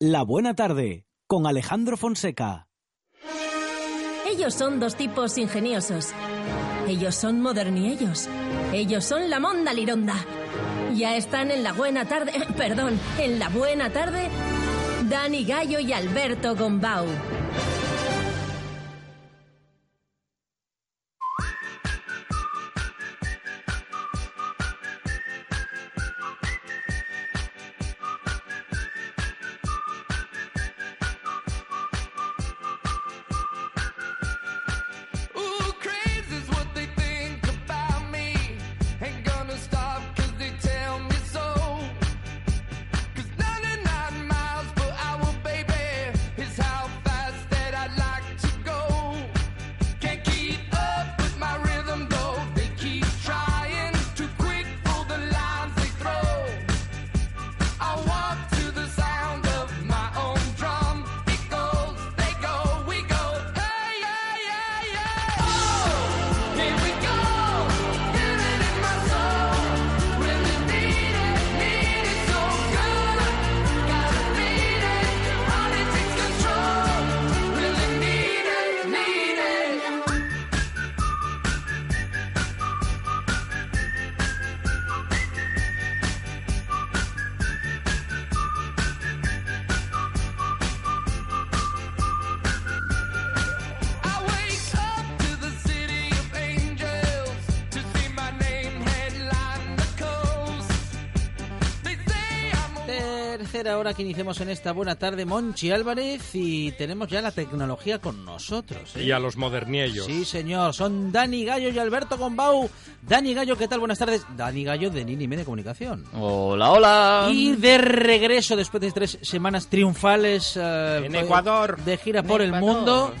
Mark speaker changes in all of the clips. Speaker 1: La Buena Tarde con Alejandro Fonseca.
Speaker 2: Ellos son dos tipos ingeniosos. Ellos son modernillos. Ellos son la monda lironda. Ya están en la buena tarde, perdón, en la buena tarde, Dani Gallo y Alberto Gombau.
Speaker 3: Ooh, crazy's what they think about me. Ain't gonna stop 'cause they tell me so. 'Cause 99 miles per hour, baby, is how fast that I like to go. Can't keep up with my rhythm though. They keep trying, too quick for the lines they throw. I walk to the sound of my own drum. It goes, they go, we go. Hey, hey, hey, hey. Oh, here we go. Feel it in my soul. Really need it, need it so good. Gotta beat it. On it takes control. Really need it, need it. I wake up to the city of angels to see my name headline the coast. They say I'm a
Speaker 4: Tercera hora que iniciamos en esta buena tarde, Monchi Álvarez, y tenemos ya la tecnología con nosotros. ¿eh?
Speaker 5: Y a los moderniellos.
Speaker 4: Sí, señor, son Dani Gallo y Alberto Gombau. Dani Gallo, ¿qué tal? Buenas tardes. Dani Gallo de Nini Media Comunicación.
Speaker 6: Hola,
Speaker 5: Ah.
Speaker 6: hola.
Speaker 4: Y de regreso después de tres semanas triunfales eh,
Speaker 5: En
Speaker 4: fue-
Speaker 5: Ecuador.
Speaker 4: de gira por el
Speaker 6: Ecuador.
Speaker 4: mundo.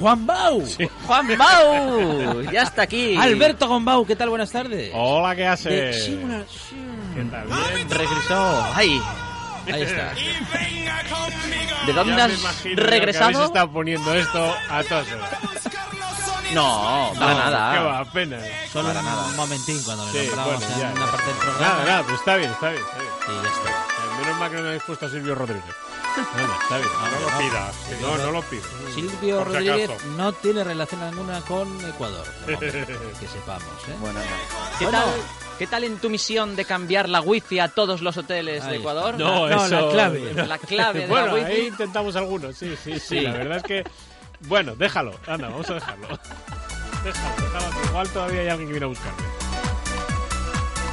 Speaker 4: Juan Bau,
Speaker 6: Juan Mau, ya está aquí.
Speaker 4: Alberto Gombau, ¿qué tal? Buenas tardes.
Speaker 5: Hola, ¿qué hace?
Speaker 4: De Singular Show.
Speaker 6: regresó. Ay,
Speaker 4: Ahí está.
Speaker 6: ¿de dónde has regresado?
Speaker 5: está poniendo esto a todas horas.
Speaker 6: No, para
Speaker 5: Qué
Speaker 6: nada.
Speaker 5: va, apenas.
Speaker 4: Solo un momentín cuando me
Speaker 5: Sí,
Speaker 4: nombrabas
Speaker 5: bueno,
Speaker 4: en
Speaker 5: ya,
Speaker 4: una
Speaker 5: ya.
Speaker 4: parte del programa.
Speaker 5: Nada, nada, pues está bien, está bien. está bien.
Speaker 4: Y ya está.
Speaker 5: Eh, Menos mal que no me has puesto a Silvio Rodríguez. Vale, está bien. No
Speaker 4: no.
Speaker 5: lo pida. que No, no lo pido.
Speaker 4: Silvio
Speaker 5: Por si
Speaker 4: Rodríguez
Speaker 5: acaso.
Speaker 4: no tiene relación alguna con Ecuador, de momento, que sepamos. ¿eh?
Speaker 6: Bueno, no. ¿Qué tal? ¿Qué tal en tu misión de cambiar la wifi a todos los hoteles
Speaker 4: Ahí
Speaker 6: de Ecuador?
Speaker 4: está. No, la clave.
Speaker 6: La clave de
Speaker 5: bueno,
Speaker 6: la wifi.
Speaker 5: ahí intentamos algunos, sí, sí, sí,
Speaker 6: Sí.
Speaker 5: La verdad es que. Bueno, déjalo. Anda, vamos a dejarlo. Déjalo, déjalo. que Igual todavía hay alguien que viene a buscarme.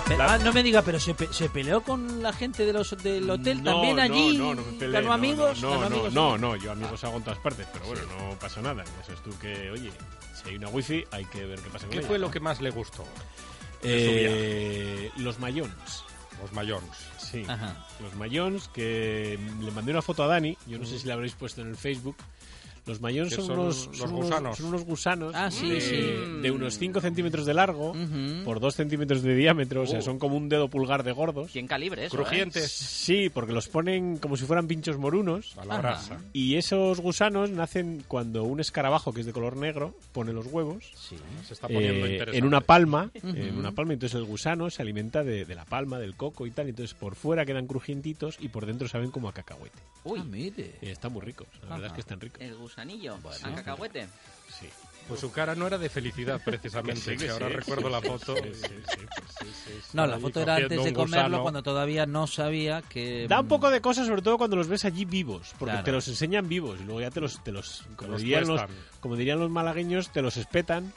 Speaker 4: Pero- ah, no me diga, pero se, pe- se peleó con la gente de los, del hotel
Speaker 5: No,
Speaker 4: también
Speaker 5: no,
Speaker 4: allí.
Speaker 5: No, no, me peleé,
Speaker 4: ganó
Speaker 5: no,
Speaker 4: amigos.
Speaker 5: No,
Speaker 4: ganó
Speaker 5: no,
Speaker 4: amigos.
Speaker 5: no, no, yo amigos hago en todas partes, pero bueno, no pasa nada. Ya sabes tú que, oye, si hay una wifi hay que ver qué pasa con
Speaker 7: ¿Qué
Speaker 5: ella,
Speaker 7: fue
Speaker 5: ¿no?
Speaker 7: lo que más le gustó?
Speaker 5: Eh, los mayones.
Speaker 7: Los mayones.
Speaker 5: Sí,
Speaker 4: Ajá.
Speaker 5: los mayones que mm, le mandé una foto a Dani, yo no sé si la habréis puesto en el Facebook. Los mayones
Speaker 7: Que
Speaker 5: son,
Speaker 7: son
Speaker 5: unos,
Speaker 7: los
Speaker 5: son unos-
Speaker 7: gusanos.
Speaker 5: son unos gusanos
Speaker 4: Ah, sí,
Speaker 5: de,
Speaker 4: sí.
Speaker 5: de unos 5 centímetros de largo
Speaker 4: Ujú.
Speaker 5: por 2 centímetros de diámetro, o sea,
Speaker 7: Uh.
Speaker 5: son como un dedo pulgar de gordos.
Speaker 6: ¿Quién calibre eso?
Speaker 7: Crujientes.
Speaker 5: Sí, porque los ponen como si fueran pinchos morunos.
Speaker 7: A la
Speaker 4: Ajá.
Speaker 7: brasa.
Speaker 5: Y esos gusanos nacen cuando un escarabajo que es de color negro pone los huevos
Speaker 4: Sí.
Speaker 7: Se está poniendo
Speaker 5: eh,
Speaker 7: interesante.
Speaker 5: en una palma, en una palma, entonces el gusano se alimenta de, de la palma, del coco y tal, entonces por fuera quedan crujientitos y por dentro saben como a cacahuete.
Speaker 4: Uy,
Speaker 6: Uy,
Speaker 7: Ah,
Speaker 6: Eh,
Speaker 4: mire.
Speaker 5: Eh, están muy ricos, la
Speaker 4: Ajá.
Speaker 5: verdad es que están ricos.
Speaker 6: el gusanillo, a cacahuete.
Speaker 5: Sí.
Speaker 7: Pues su cara no era de felicidad,
Speaker 5: Que sí,
Speaker 7: precisamente.
Speaker 5: que
Speaker 7: que ahora
Speaker 5: sí.
Speaker 7: recuerdo la foto.
Speaker 5: Sí, sí, sí, pues sí, sí, sí.
Speaker 4: No, la
Speaker 7: Allí
Speaker 4: foto era antes
Speaker 7: cogiendo
Speaker 4: de
Speaker 7: un
Speaker 4: comerlo
Speaker 7: gusano.
Speaker 4: cuando todavía no sabía que.
Speaker 5: Da un poco de cosas, sobre todo cuando los ves allí vivos, porque
Speaker 4: Claro.
Speaker 5: te los enseñan vivos y luego ya te los, te los, como,
Speaker 7: los
Speaker 5: dirían los,
Speaker 7: tuestan.
Speaker 5: como dirían los malagueños, te los espetan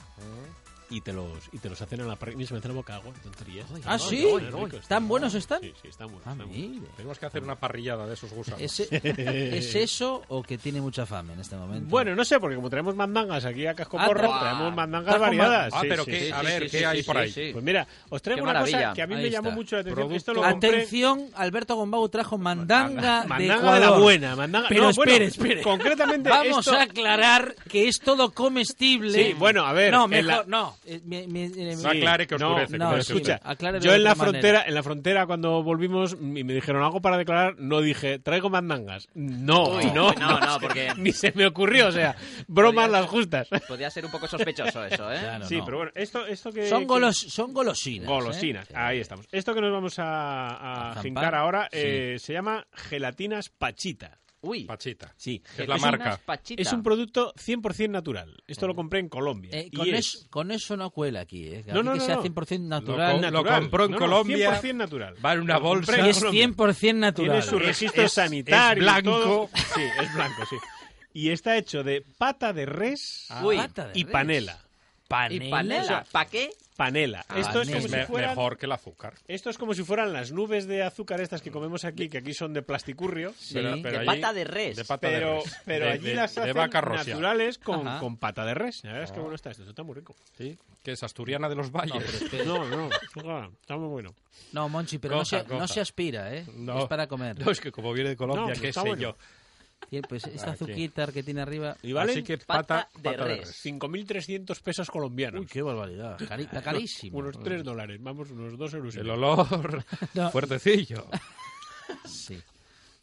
Speaker 5: y te los y te los hacen en la parrilla. Mira, se me hace la boca agua, qué tonterías.
Speaker 4: Ah,
Speaker 5: Están
Speaker 4: ¿sí?
Speaker 5: ricos,
Speaker 4: ¿Tan
Speaker 5: están
Speaker 4: buenos están?
Speaker 5: Sí, sí, están buenos.
Speaker 4: Ah,
Speaker 5: están buenos.
Speaker 4: mire.
Speaker 7: Tenemos que hacer una parrillada de esos gusanos.
Speaker 4: ¿Es, ¿Es eso o que tiene mucha fama en este momento?
Speaker 5: Bueno, no sé, porque como traemos mandangas aquí a casco
Speaker 4: Ah,
Speaker 5: porro,
Speaker 4: tra-
Speaker 5: traemos
Speaker 4: trajo
Speaker 5: mandangas variadas.
Speaker 7: Ah,
Speaker 5: Sí,
Speaker 7: pero
Speaker 5: sí,
Speaker 7: qué,
Speaker 5: sí.
Speaker 7: a
Speaker 6: sí,
Speaker 7: ver,
Speaker 6: sí,
Speaker 7: ¿qué
Speaker 6: sí,
Speaker 7: hay
Speaker 6: sí,
Speaker 7: por ahí?
Speaker 6: sí.
Speaker 5: Pues mira, os traigo
Speaker 6: Qué
Speaker 5: una cosa
Speaker 6: maravilla.
Speaker 5: que a mí
Speaker 4: Ahí
Speaker 5: me llamó
Speaker 4: está.
Speaker 5: mucho la atención. que
Speaker 7: Producto-
Speaker 5: Esto lo compré-
Speaker 4: Atención, Alberto Gombau trajo mandanga,
Speaker 5: Mandanga de la
Speaker 4: Ecuador.
Speaker 5: buena, mandanga.
Speaker 4: Pero
Speaker 5: no,
Speaker 4: espere,
Speaker 5: bueno,
Speaker 4: espere.
Speaker 5: Concretamente,
Speaker 4: Vamos
Speaker 5: esto-
Speaker 4: a aclarar que es todo comestible.
Speaker 5: Sí, bueno, a ver,
Speaker 4: No,
Speaker 5: en la-
Speaker 4: mejor, no.
Speaker 8: eh, me- me- eh,
Speaker 7: No aclare que
Speaker 5: no,
Speaker 7: oscurece,
Speaker 8: no,
Speaker 7: como
Speaker 5: pero
Speaker 7: dice
Speaker 5: escucha,
Speaker 7: usted.
Speaker 8: aclare de
Speaker 5: yo en la
Speaker 8: otra manera.
Speaker 5: frontera, en la frontera cuando volvimos mm, y me dijeron algo para declarar, no dije traigo mandangas. No,
Speaker 6: Uy,
Speaker 5: no,
Speaker 6: uy, no, no, porque-
Speaker 5: ni se me ocurrió, o sea, bromas las justas.
Speaker 6: Podría ser un poco sospechoso eso, ¿eh?
Speaker 8: Claro,
Speaker 5: sí,
Speaker 8: no.
Speaker 5: pero bueno, esto, esto que
Speaker 8: son,
Speaker 5: que-
Speaker 8: golos, son golosinas. ¿eh?
Speaker 5: golosinas, ahí estamos. Esto que nos vamos a, a
Speaker 8: Zampar.
Speaker 5: jincar ahora
Speaker 8: Sí.
Speaker 5: eh, se llama gelatinas pachita.
Speaker 6: Uy,
Speaker 7: Pachita.
Speaker 5: Sí,
Speaker 7: Es la
Speaker 6: gelatinas
Speaker 7: marca.
Speaker 6: Pachita.
Speaker 5: es un producto 100% natural. Esto lo compré en Colombia.
Speaker 8: Eh,
Speaker 5: y
Speaker 8: con,
Speaker 5: es-
Speaker 8: eso, con eso no cuela aquí, ¿eh? Aquí
Speaker 5: No, no,
Speaker 8: que
Speaker 5: no,
Speaker 8: sea
Speaker 5: no.
Speaker 8: 100% natural.
Speaker 7: Lo compró en
Speaker 5: No, no,
Speaker 7: Colombia.
Speaker 5: 100% natural.
Speaker 7: Va en una
Speaker 5: Lo compré
Speaker 7: bolsa.
Speaker 5: en
Speaker 8: es
Speaker 5: Colombia.
Speaker 8: 100% natural.
Speaker 5: Tiene su
Speaker 7: Es-
Speaker 5: registro
Speaker 7: es-
Speaker 5: sanitario.
Speaker 7: es
Speaker 5: y todo.
Speaker 7: blanco.
Speaker 5: Sí, es blanco, sí. Y está hecho de pata de res
Speaker 8: Ah,
Speaker 6: Uy,
Speaker 8: pata de
Speaker 5: y
Speaker 8: res.
Speaker 5: panela.
Speaker 8: Panela.
Speaker 6: ¿Y panela? ¿Para qué?
Speaker 5: Panela.
Speaker 8: Ah,
Speaker 5: esto, es
Speaker 8: panela.
Speaker 5: como
Speaker 7: Es
Speaker 5: si
Speaker 7: me-
Speaker 5: fueran,
Speaker 7: mejor que el azúcar.
Speaker 5: esto es como si fueran las nubes de azúcar estas que comemos aquí, que aquí son de plasticurrio.
Speaker 8: Sí.
Speaker 6: De
Speaker 7: allí-
Speaker 6: pata de res.
Speaker 7: De pata de
Speaker 5: Pero,
Speaker 7: res.
Speaker 5: pero
Speaker 7: De-
Speaker 5: allí
Speaker 7: de-
Speaker 5: las
Speaker 7: de
Speaker 5: hacen
Speaker 7: vaca rociada.
Speaker 5: naturales con,
Speaker 8: Ajá.
Speaker 5: con pata de res. La verdad es que bueno está esto, esto está muy rico.
Speaker 7: Sí, que es asturiana de los valles.
Speaker 8: No, pero es que-
Speaker 5: No, no, está muy bueno.
Speaker 8: no, Monchi, pero
Speaker 7: Coja,
Speaker 8: no, se, no
Speaker 7: coja.
Speaker 8: se aspira, ¿eh?
Speaker 7: No.
Speaker 8: Es para comer.
Speaker 7: No, es que como viene de Colombia,
Speaker 5: No,
Speaker 7: qué
Speaker 5: está
Speaker 7: sé
Speaker 5: bueno.
Speaker 7: yo.
Speaker 8: Y, pues esta
Speaker 7: Aquí.
Speaker 8: azuquita que tiene arriba...
Speaker 5: ¿Y vale?
Speaker 7: Así que
Speaker 6: Pata
Speaker 7: pata,
Speaker 6: de
Speaker 7: pata de
Speaker 6: res.
Speaker 7: res.
Speaker 5: 5.300 pesos colombianos.
Speaker 8: Uy, qué barbaridad. Cari- está carísimo.
Speaker 5: Unos 3 dólares, vamos, unos 2 euros. y
Speaker 7: El
Speaker 5: medio.
Speaker 7: olor
Speaker 8: No.
Speaker 7: fuertecillo.
Speaker 8: Sí.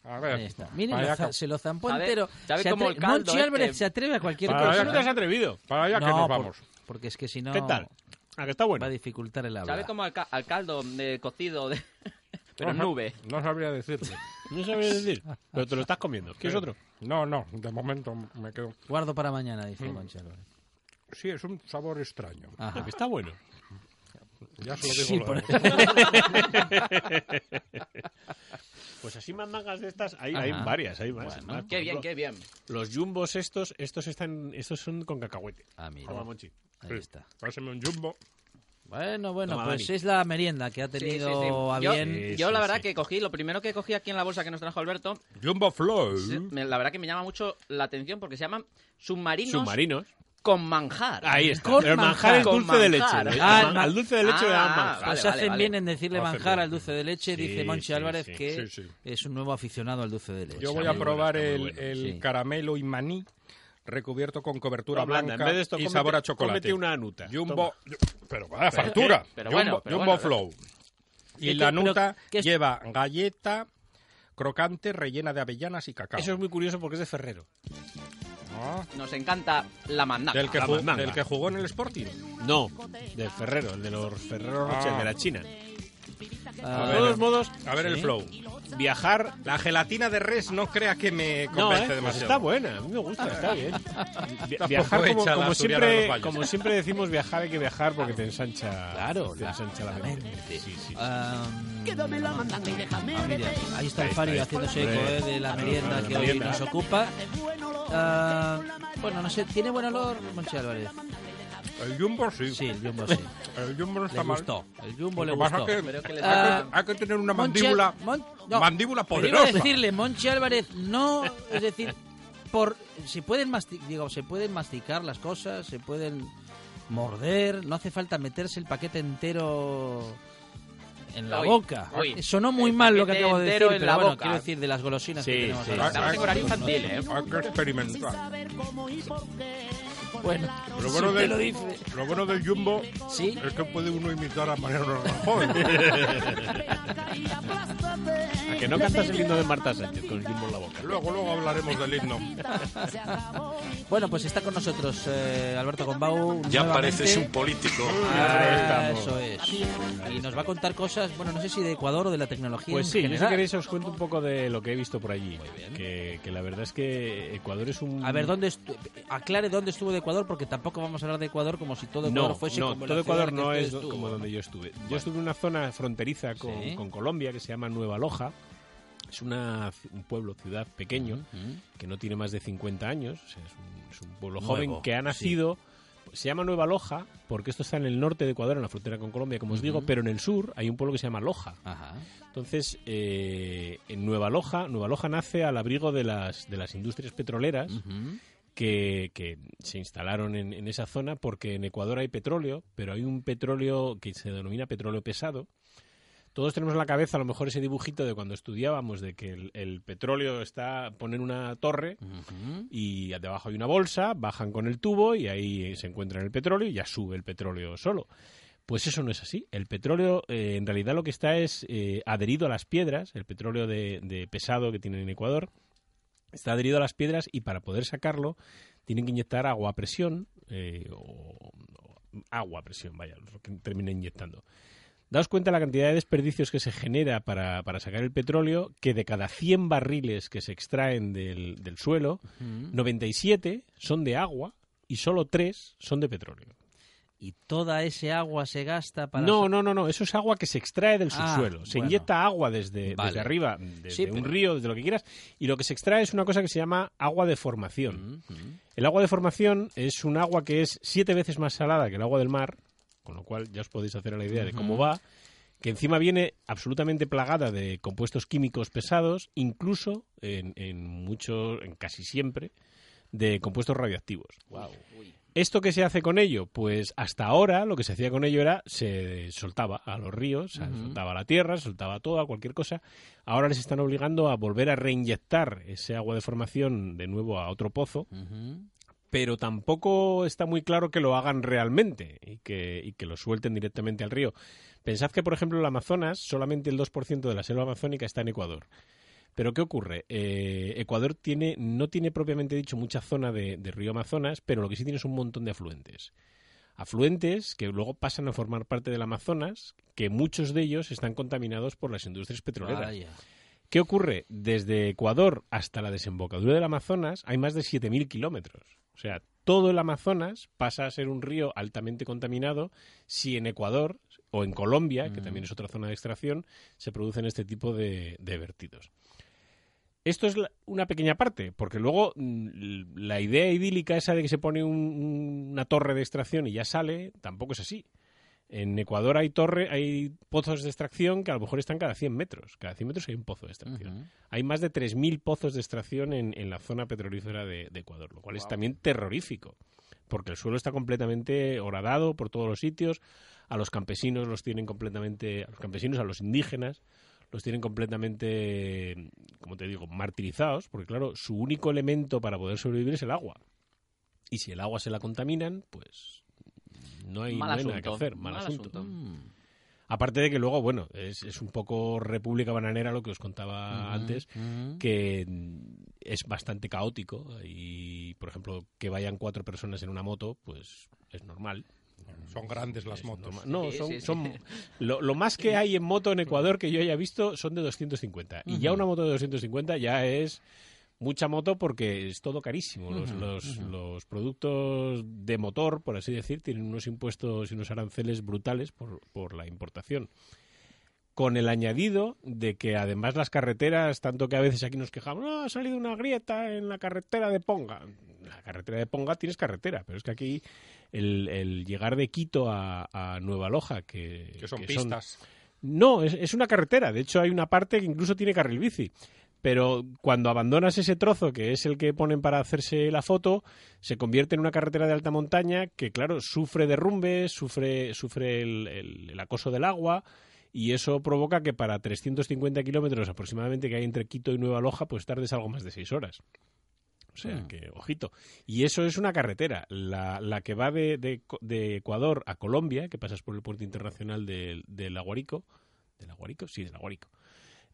Speaker 7: A
Speaker 8: Ahí
Speaker 7: ver,
Speaker 8: está. Miren,
Speaker 7: para
Speaker 8: lo
Speaker 7: allá
Speaker 8: za-
Speaker 7: que-
Speaker 8: se lo zampó
Speaker 6: ¿Sabe-
Speaker 8: entero.
Speaker 6: sabe
Speaker 8: Se
Speaker 6: cómo
Speaker 8: atre-
Speaker 6: el caldo
Speaker 8: Monchi Álvarez
Speaker 6: este?
Speaker 8: se atreve a cualquier
Speaker 5: Para
Speaker 8: cosa.
Speaker 5: allá que no te has atrevido.
Speaker 7: para allá que
Speaker 8: No,
Speaker 7: nos
Speaker 8: por-
Speaker 7: vamos.
Speaker 8: porque es que si no
Speaker 5: ¿Qué tal? ¿A que está
Speaker 8: va
Speaker 5: bueno?
Speaker 8: a dificultar el habla.
Speaker 6: ¿Sabe como al, ca- al caldo de cocido de... Pero en
Speaker 7: No sab-
Speaker 6: nube?
Speaker 7: No sabría decirte.
Speaker 5: No sabía decir. Pero te lo estás comiendo. ¿Quieres otro?
Speaker 7: No, no, de momento me quedo.
Speaker 8: Guardo para mañana, dice Monchi Álvarez.
Speaker 7: Sí, es un sabor extraño.
Speaker 8: Ajá.
Speaker 5: Ah, que está bueno.
Speaker 7: Ya se lo digo.
Speaker 8: Sí,
Speaker 7: luego.
Speaker 8: por-
Speaker 5: Pues así mandangas de estas, hay,
Speaker 8: Ajá.
Speaker 5: hay varias, hay más. más. Por
Speaker 6: Qué bien,
Speaker 5: ejemplo,
Speaker 6: qué bien.
Speaker 5: Los jumbos estos, estos están, estos son con cacahuete.
Speaker 8: Ah, mira.
Speaker 5: Toma, Monchi.
Speaker 8: Ahí está.
Speaker 7: Pásame un jumbo.
Speaker 8: Bueno, bueno,
Speaker 5: Toma,
Speaker 8: pues
Speaker 5: Dani.
Speaker 8: es la merienda que ha tenido
Speaker 6: Sí, sí, sí.
Speaker 8: a
Speaker 6: Yo,
Speaker 8: bien.
Speaker 5: Sí,
Speaker 6: yo
Speaker 5: sí,
Speaker 6: la verdad
Speaker 5: sí.
Speaker 6: que cogí, lo primero que cogí aquí en la bolsa que nos trajo Alberto,
Speaker 7: Jumbo Flow.
Speaker 5: ¿Mm?
Speaker 6: se- me- la verdad que me llama mucho la atención porque se llaman submarinos
Speaker 5: Submarinos.
Speaker 6: con manjar.
Speaker 5: Ahí está.
Speaker 8: Con
Speaker 5: Pero el
Speaker 8: manjar.
Speaker 5: manjar es
Speaker 6: Con
Speaker 5: dulce de leche.
Speaker 6: manjar.
Speaker 5: ¿no?
Speaker 8: Ah,
Speaker 5: Al man- al dulce de leche le dan
Speaker 6: ah,
Speaker 5: manjar.
Speaker 6: vale,
Speaker 8: Pues
Speaker 6: vale,
Speaker 8: hacen
Speaker 6: vale.
Speaker 8: bien en decirle manjar al dulce de leche,
Speaker 5: Sí,
Speaker 8: dice Monchi
Speaker 5: sí,
Speaker 8: Álvarez,
Speaker 5: sí.
Speaker 8: que
Speaker 7: Sí, sí.
Speaker 8: es un nuevo aficionado al dulce de leche.
Speaker 7: Yo voy a
Speaker 5: muy bueno,
Speaker 7: probar
Speaker 5: está muy
Speaker 7: el,
Speaker 5: bueno,
Speaker 7: el
Speaker 8: sí.
Speaker 7: caramelo y maní recubierto con cobertura
Speaker 5: Toma, blanda.
Speaker 7: blanca
Speaker 5: En vez de esto,
Speaker 7: y
Speaker 5: cómete-
Speaker 7: sabor a chocolate.
Speaker 5: cómete una anuta.
Speaker 7: Jumbo, pero vaya fartura.
Speaker 6: pero
Speaker 7: Jumbo,
Speaker 6: bueno, pero
Speaker 7: Jumbo
Speaker 6: bueno.
Speaker 7: Flow. Y
Speaker 8: Es
Speaker 7: la
Speaker 8: que- pero
Speaker 7: nuta
Speaker 8: que es-
Speaker 7: lleva galleta crocante rellena de avellanas y cacao.
Speaker 5: Eso es muy curioso porque es de Ferrero.
Speaker 7: Ah,
Speaker 6: Nos encanta la mandaca.
Speaker 7: del, que
Speaker 5: la
Speaker 7: jugó,
Speaker 5: mandanga.
Speaker 7: del que jugó en el Sporting.
Speaker 5: No, de Ferrero, el de los Ferrero Rocher,
Speaker 7: Ah.
Speaker 5: de la China.
Speaker 8: Ah,
Speaker 5: de todos modos,
Speaker 7: A ver el
Speaker 8: Sí.
Speaker 7: flow.
Speaker 5: viajar.
Speaker 7: La gelatina de res no crea que me
Speaker 5: No,
Speaker 7: convence
Speaker 5: ¿eh? Pues
Speaker 7: demasiado.
Speaker 5: está buena, a mí me gusta, está bien. Vi- viajar
Speaker 7: hecha
Speaker 5: como,
Speaker 7: la
Speaker 5: como
Speaker 7: asturiana de los
Speaker 5: siempre,
Speaker 7: valles.
Speaker 5: como siempre decimos, viajar hay que viajar porque te ensancha,
Speaker 8: Claro,
Speaker 5: te
Speaker 8: la-
Speaker 5: ensancha la,
Speaker 8: la
Speaker 5: mente.
Speaker 8: mente.
Speaker 5: Sí, sí.
Speaker 8: ah, ah, mira, ahí está el Fario haciéndose eco
Speaker 5: Hombre.
Speaker 8: eh, de la merienda
Speaker 5: la
Speaker 8: que hoy
Speaker 5: merienda.
Speaker 8: nos ocupa. Ah, bueno, no sé, ¿tiene buen olor Monchi Álvarez?
Speaker 7: El jumbo sí.
Speaker 8: Sí, el jumbo sí.
Speaker 7: El jumbo no
Speaker 8: Le
Speaker 7: está mal.
Speaker 8: gustó, el jumbo le
Speaker 7: Lo que pasa
Speaker 8: gustó.
Speaker 7: es que
Speaker 6: Pero que le
Speaker 8: Ah,
Speaker 6: saca-
Speaker 7: hay que tener una
Speaker 8: Monchi-
Speaker 7: mandíbula,
Speaker 8: Mon- no.
Speaker 7: mandíbula
Speaker 8: Pero
Speaker 7: poderosa.
Speaker 8: Iba a decirle, Monchi Álvarez, no, es decir, por se pueden masti- digo, se pueden masticar las cosas, se pueden morder, no hace falta meterse el paquete entero en la
Speaker 6: Uy,
Speaker 8: boca.
Speaker 6: uy.
Speaker 8: Sonó muy
Speaker 6: El
Speaker 8: mal lo que
Speaker 6: paquete
Speaker 8: acabo de decir,
Speaker 6: entero en
Speaker 8: pero
Speaker 6: la
Speaker 8: bueno,
Speaker 6: boca.
Speaker 8: quiero decir de las golosinas que
Speaker 5: Sí,
Speaker 8: tenemos
Speaker 5: sí.
Speaker 8: ahora.
Speaker 6: Estamos en horario infantil, ¿eh?
Speaker 7: Hay que experimentar.
Speaker 8: Bueno,
Speaker 7: Lo bueno, del,
Speaker 8: sí me lo dice.
Speaker 7: lo bueno del jumbo
Speaker 8: Sí.
Speaker 7: es que puede uno imitar a Mariano Rajoy.
Speaker 5: A que no cantas el himno de Marta Sánchez con el Jimbo en la boca.
Speaker 7: luego, luego hablaremos del himno.
Speaker 8: Bueno, pues está con nosotros eh, Alberto Gombau.
Speaker 9: Ya
Speaker 8: nuevamente.
Speaker 9: pareces un político.
Speaker 8: Ah, eso es. Y nos va a contar cosas, bueno, no sé si de Ecuador o de la tecnología.
Speaker 5: Pues
Speaker 8: en
Speaker 5: sí, yo si
Speaker 8: general.
Speaker 5: queréis os cuento un poco de lo que he visto por allí. Que, que la verdad es que Ecuador es un...
Speaker 8: A ver, ¿dónde estu- aclare dónde estuvo de Ecuador, porque tampoco vamos a hablar de Ecuador como si todo Ecuador
Speaker 5: No,
Speaker 8: fuese
Speaker 5: no,
Speaker 8: como la
Speaker 5: todo
Speaker 8: ciudad
Speaker 5: Ecuador
Speaker 8: en la que
Speaker 5: no
Speaker 8: usted
Speaker 5: es do-
Speaker 8: estuvo.
Speaker 5: como donde yo estuve. Yo estuve en una zona fronteriza con,
Speaker 8: Sí.
Speaker 5: con Colombia que se llama Nueva Loja. Es una, ci- un pueblo, ciudad pequeño, que no tiene más de 50 años. o sea, es, un, es un pueblo
Speaker 8: Nuevo,
Speaker 5: joven que ha nacido. Se llama Nueva Loja porque esto está en el norte de Ecuador, en la frontera con Colombia, como os digo, pero en el sur hay un pueblo que se llama Loja.
Speaker 8: Ajá.
Speaker 5: Entonces, eh, en Nueva Loja, Nueva Loja nace al abrigo de las, de las industrias petroleras que, que se instalaron en, en esa zona porque en Ecuador hay petróleo, pero hay un petróleo que se denomina petróleo pesado, todos tenemos en la cabeza a lo mejor ese dibujito de cuando estudiábamos de que el, el petróleo está poner una torre y debajo hay una bolsa, bajan con el tubo y ahí se encuentran el petróleo y ya sube el petróleo solo. Pues eso no es así. El petróleo eh, en realidad lo que está es eh, adherido a las piedras, el petróleo de, de pesado que tienen en Ecuador, está adherido a las piedras y para poder sacarlo tienen que inyectar agua a presión eh, o, o agua a presión, vaya, lo que termina inyectando. Daos cuenta la cantidad de desperdicios que se genera para, para sacar el petróleo, que de cada 100 barriles que se extraen del, del suelo, 97 son de agua y solo 3 son de petróleo.
Speaker 8: Y toda ese agua se gasta para...
Speaker 5: No, no, no, no, eso es agua que se extrae del
Speaker 8: Ah,
Speaker 5: subsuelo. Se
Speaker 8: bueno.
Speaker 5: inyecta agua desde,
Speaker 8: Vale.
Speaker 5: desde arriba, desde
Speaker 8: Sí,
Speaker 5: un
Speaker 8: pero-
Speaker 5: río, desde lo que quieras, y lo que se extrae es una cosa que se llama agua de formación.
Speaker 8: Mm,
Speaker 5: El agua de formación es un agua que es siete veces más salada que el agua del mar, con lo cual ya os podéis hacer a la idea de cómo va, que encima viene absolutamente plagada de compuestos químicos pesados, incluso en, en mucho, en casi siempre, de compuestos radioactivos. ¿Esto qué se hace con ello? Pues hasta ahora lo que se hacía con ello era se soltaba a los ríos, se soltaba a la tierra, se soltaba todo, a cualquier cosa. Ahora les están obligando a volver a reinyectar ese agua de formación de nuevo a otro pozo pero tampoco está muy claro que lo hagan realmente y que, y que lo suelten directamente al río. Pensad que, por ejemplo, el Amazonas, solamente el 2% de la selva amazónica está en Ecuador. Pero ¿qué ocurre? Eh, Ecuador tiene, no tiene propiamente dicho mucha zona de, de río Amazonas, pero lo que sí tiene es un montón de afluentes. Afluentes que luego pasan a formar parte del Amazonas, que muchos de ellos están contaminados por las industrias petroleras.
Speaker 8: Vaya.
Speaker 5: ¿Qué ocurre? Desde Ecuador hasta la desembocadura del Amazonas hay más de 7.000 kilómetros. O sea, todo el Amazonas pasa a ser un río altamente contaminado si en Ecuador o en Colombia, que también es otra zona de extracción, se producen este tipo de, de vertidos. Esto es la- una pequeña parte, porque luego mm, la idea idílica esa de que se pone un- un- una torre de extracción y ya sale, tampoco es así. En Ecuador hay torre, hay pozos de extracción que a lo mejor están cada 100 metros. Cada 100 metros hay un pozo de extracción. Hay más de 3.000 pozos de extracción en, en la zona petrolífera de, de Ecuador, lo cual es también terrorífico, porque el suelo está completamente horadado por todos los sitios. A los campesinos los tienen completamente, a los campesinos, a los indígenas, los tienen completamente, como te digo, martirizados, porque claro, su único elemento para poder sobrevivir es el agua. Y si el agua se la contaminan, pues no hay,
Speaker 6: Mal
Speaker 5: no hay nada que
Speaker 6: asunto,
Speaker 5: hacer. Mal,
Speaker 6: mal
Speaker 5: asunto. Mm.
Speaker 6: asunto.
Speaker 5: Aparte de que luego, bueno, es, es un poco República Bananera lo que os contaba antes, que mm, es bastante caótico y, por ejemplo, que vayan cuatro personas en una moto, pues es normal.
Speaker 7: Son grandes las
Speaker 5: Es
Speaker 7: motos.
Speaker 5: normal. No,
Speaker 6: Sí,
Speaker 5: son,
Speaker 6: sí, sí.
Speaker 5: son- lo, lo más que hay en moto en Ecuador que yo haya visto son de 250. Y ya una moto de 250 ya es mucha moto porque es todo carísimo. Los, los- los productos de motor, por así decir, tienen unos impuestos y unos aranceles brutales por, por la importación. Con el añadido de que además las carreteras, tanto que a veces aquí nos quejamos, no, ha salido una grieta en la carretera de Ponga. La carretera de Ponga tienes carretera, pero es que aquí el, el llegar de Quito a, a Nueva Loja, que,
Speaker 7: Que son
Speaker 5: que
Speaker 7: pistas.
Speaker 5: no, es, es una carretera. De hecho, hay una parte que incluso tiene carril bici. Pero cuando abandonas ese trozo, que es el que ponen para hacerse la foto, se convierte en una carretera de alta montaña que, claro, sufre derrumbes, sufre, sufre el, el- el acoso del agua. Y eso provoca que para 350 kilómetros aproximadamente que hay entre Quito y Nueva Loja, pues tardes algo más de seis horas. O sea que, ojito. Y eso es una carretera, la, la que va de, de Co- de Ecuador a Colombia, que pasas por el puerto internacional del del Aguarico. ¿Del Aguarico? Sí, del Aguarico.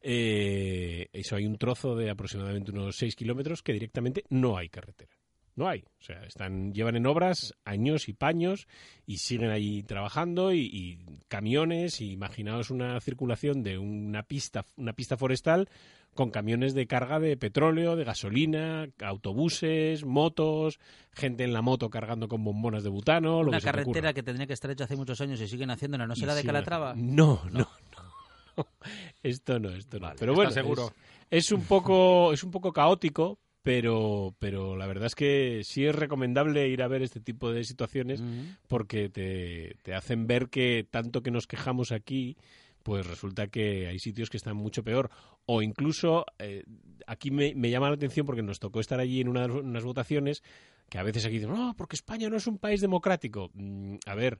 Speaker 5: Eh, eso hay un trozo de aproximadamente unos 6 kilómetros que directamente no hay carretera. No hay. O sea, están, llevan en obras años y paños y siguen ahí trabajando y, y camiones. y imaginaos una circulación de una pista, una pista forestal con camiones de carga de petróleo, de gasolina, autobuses, motos, gente en la moto cargando con bombonas de butano. lo
Speaker 8: Una
Speaker 5: que se te ocurra.
Speaker 8: carretera que tendría que estar hecha hace muchos años y siguen haciéndola, ¿no
Speaker 5: Y
Speaker 8: será de
Speaker 5: sí, una-
Speaker 8: Calatrava?
Speaker 5: No, no, no. Esto no, esto no. Pero bueno,
Speaker 7: ¿Estás seguro?
Speaker 5: Es, es un poco, es un poco caótico, pero, pero la verdad es que sí es recomendable ir a ver este tipo de situaciones porque te, te hacen ver que tanto que nos quejamos aquí, pues resulta que hay sitios que están mucho peor. O incluso, eh, aquí me, me llama la atención porque nos tocó estar allí en una- unas votaciones que a veces aquí dicen, no, porque España no es un país democrático. Mm, a ver,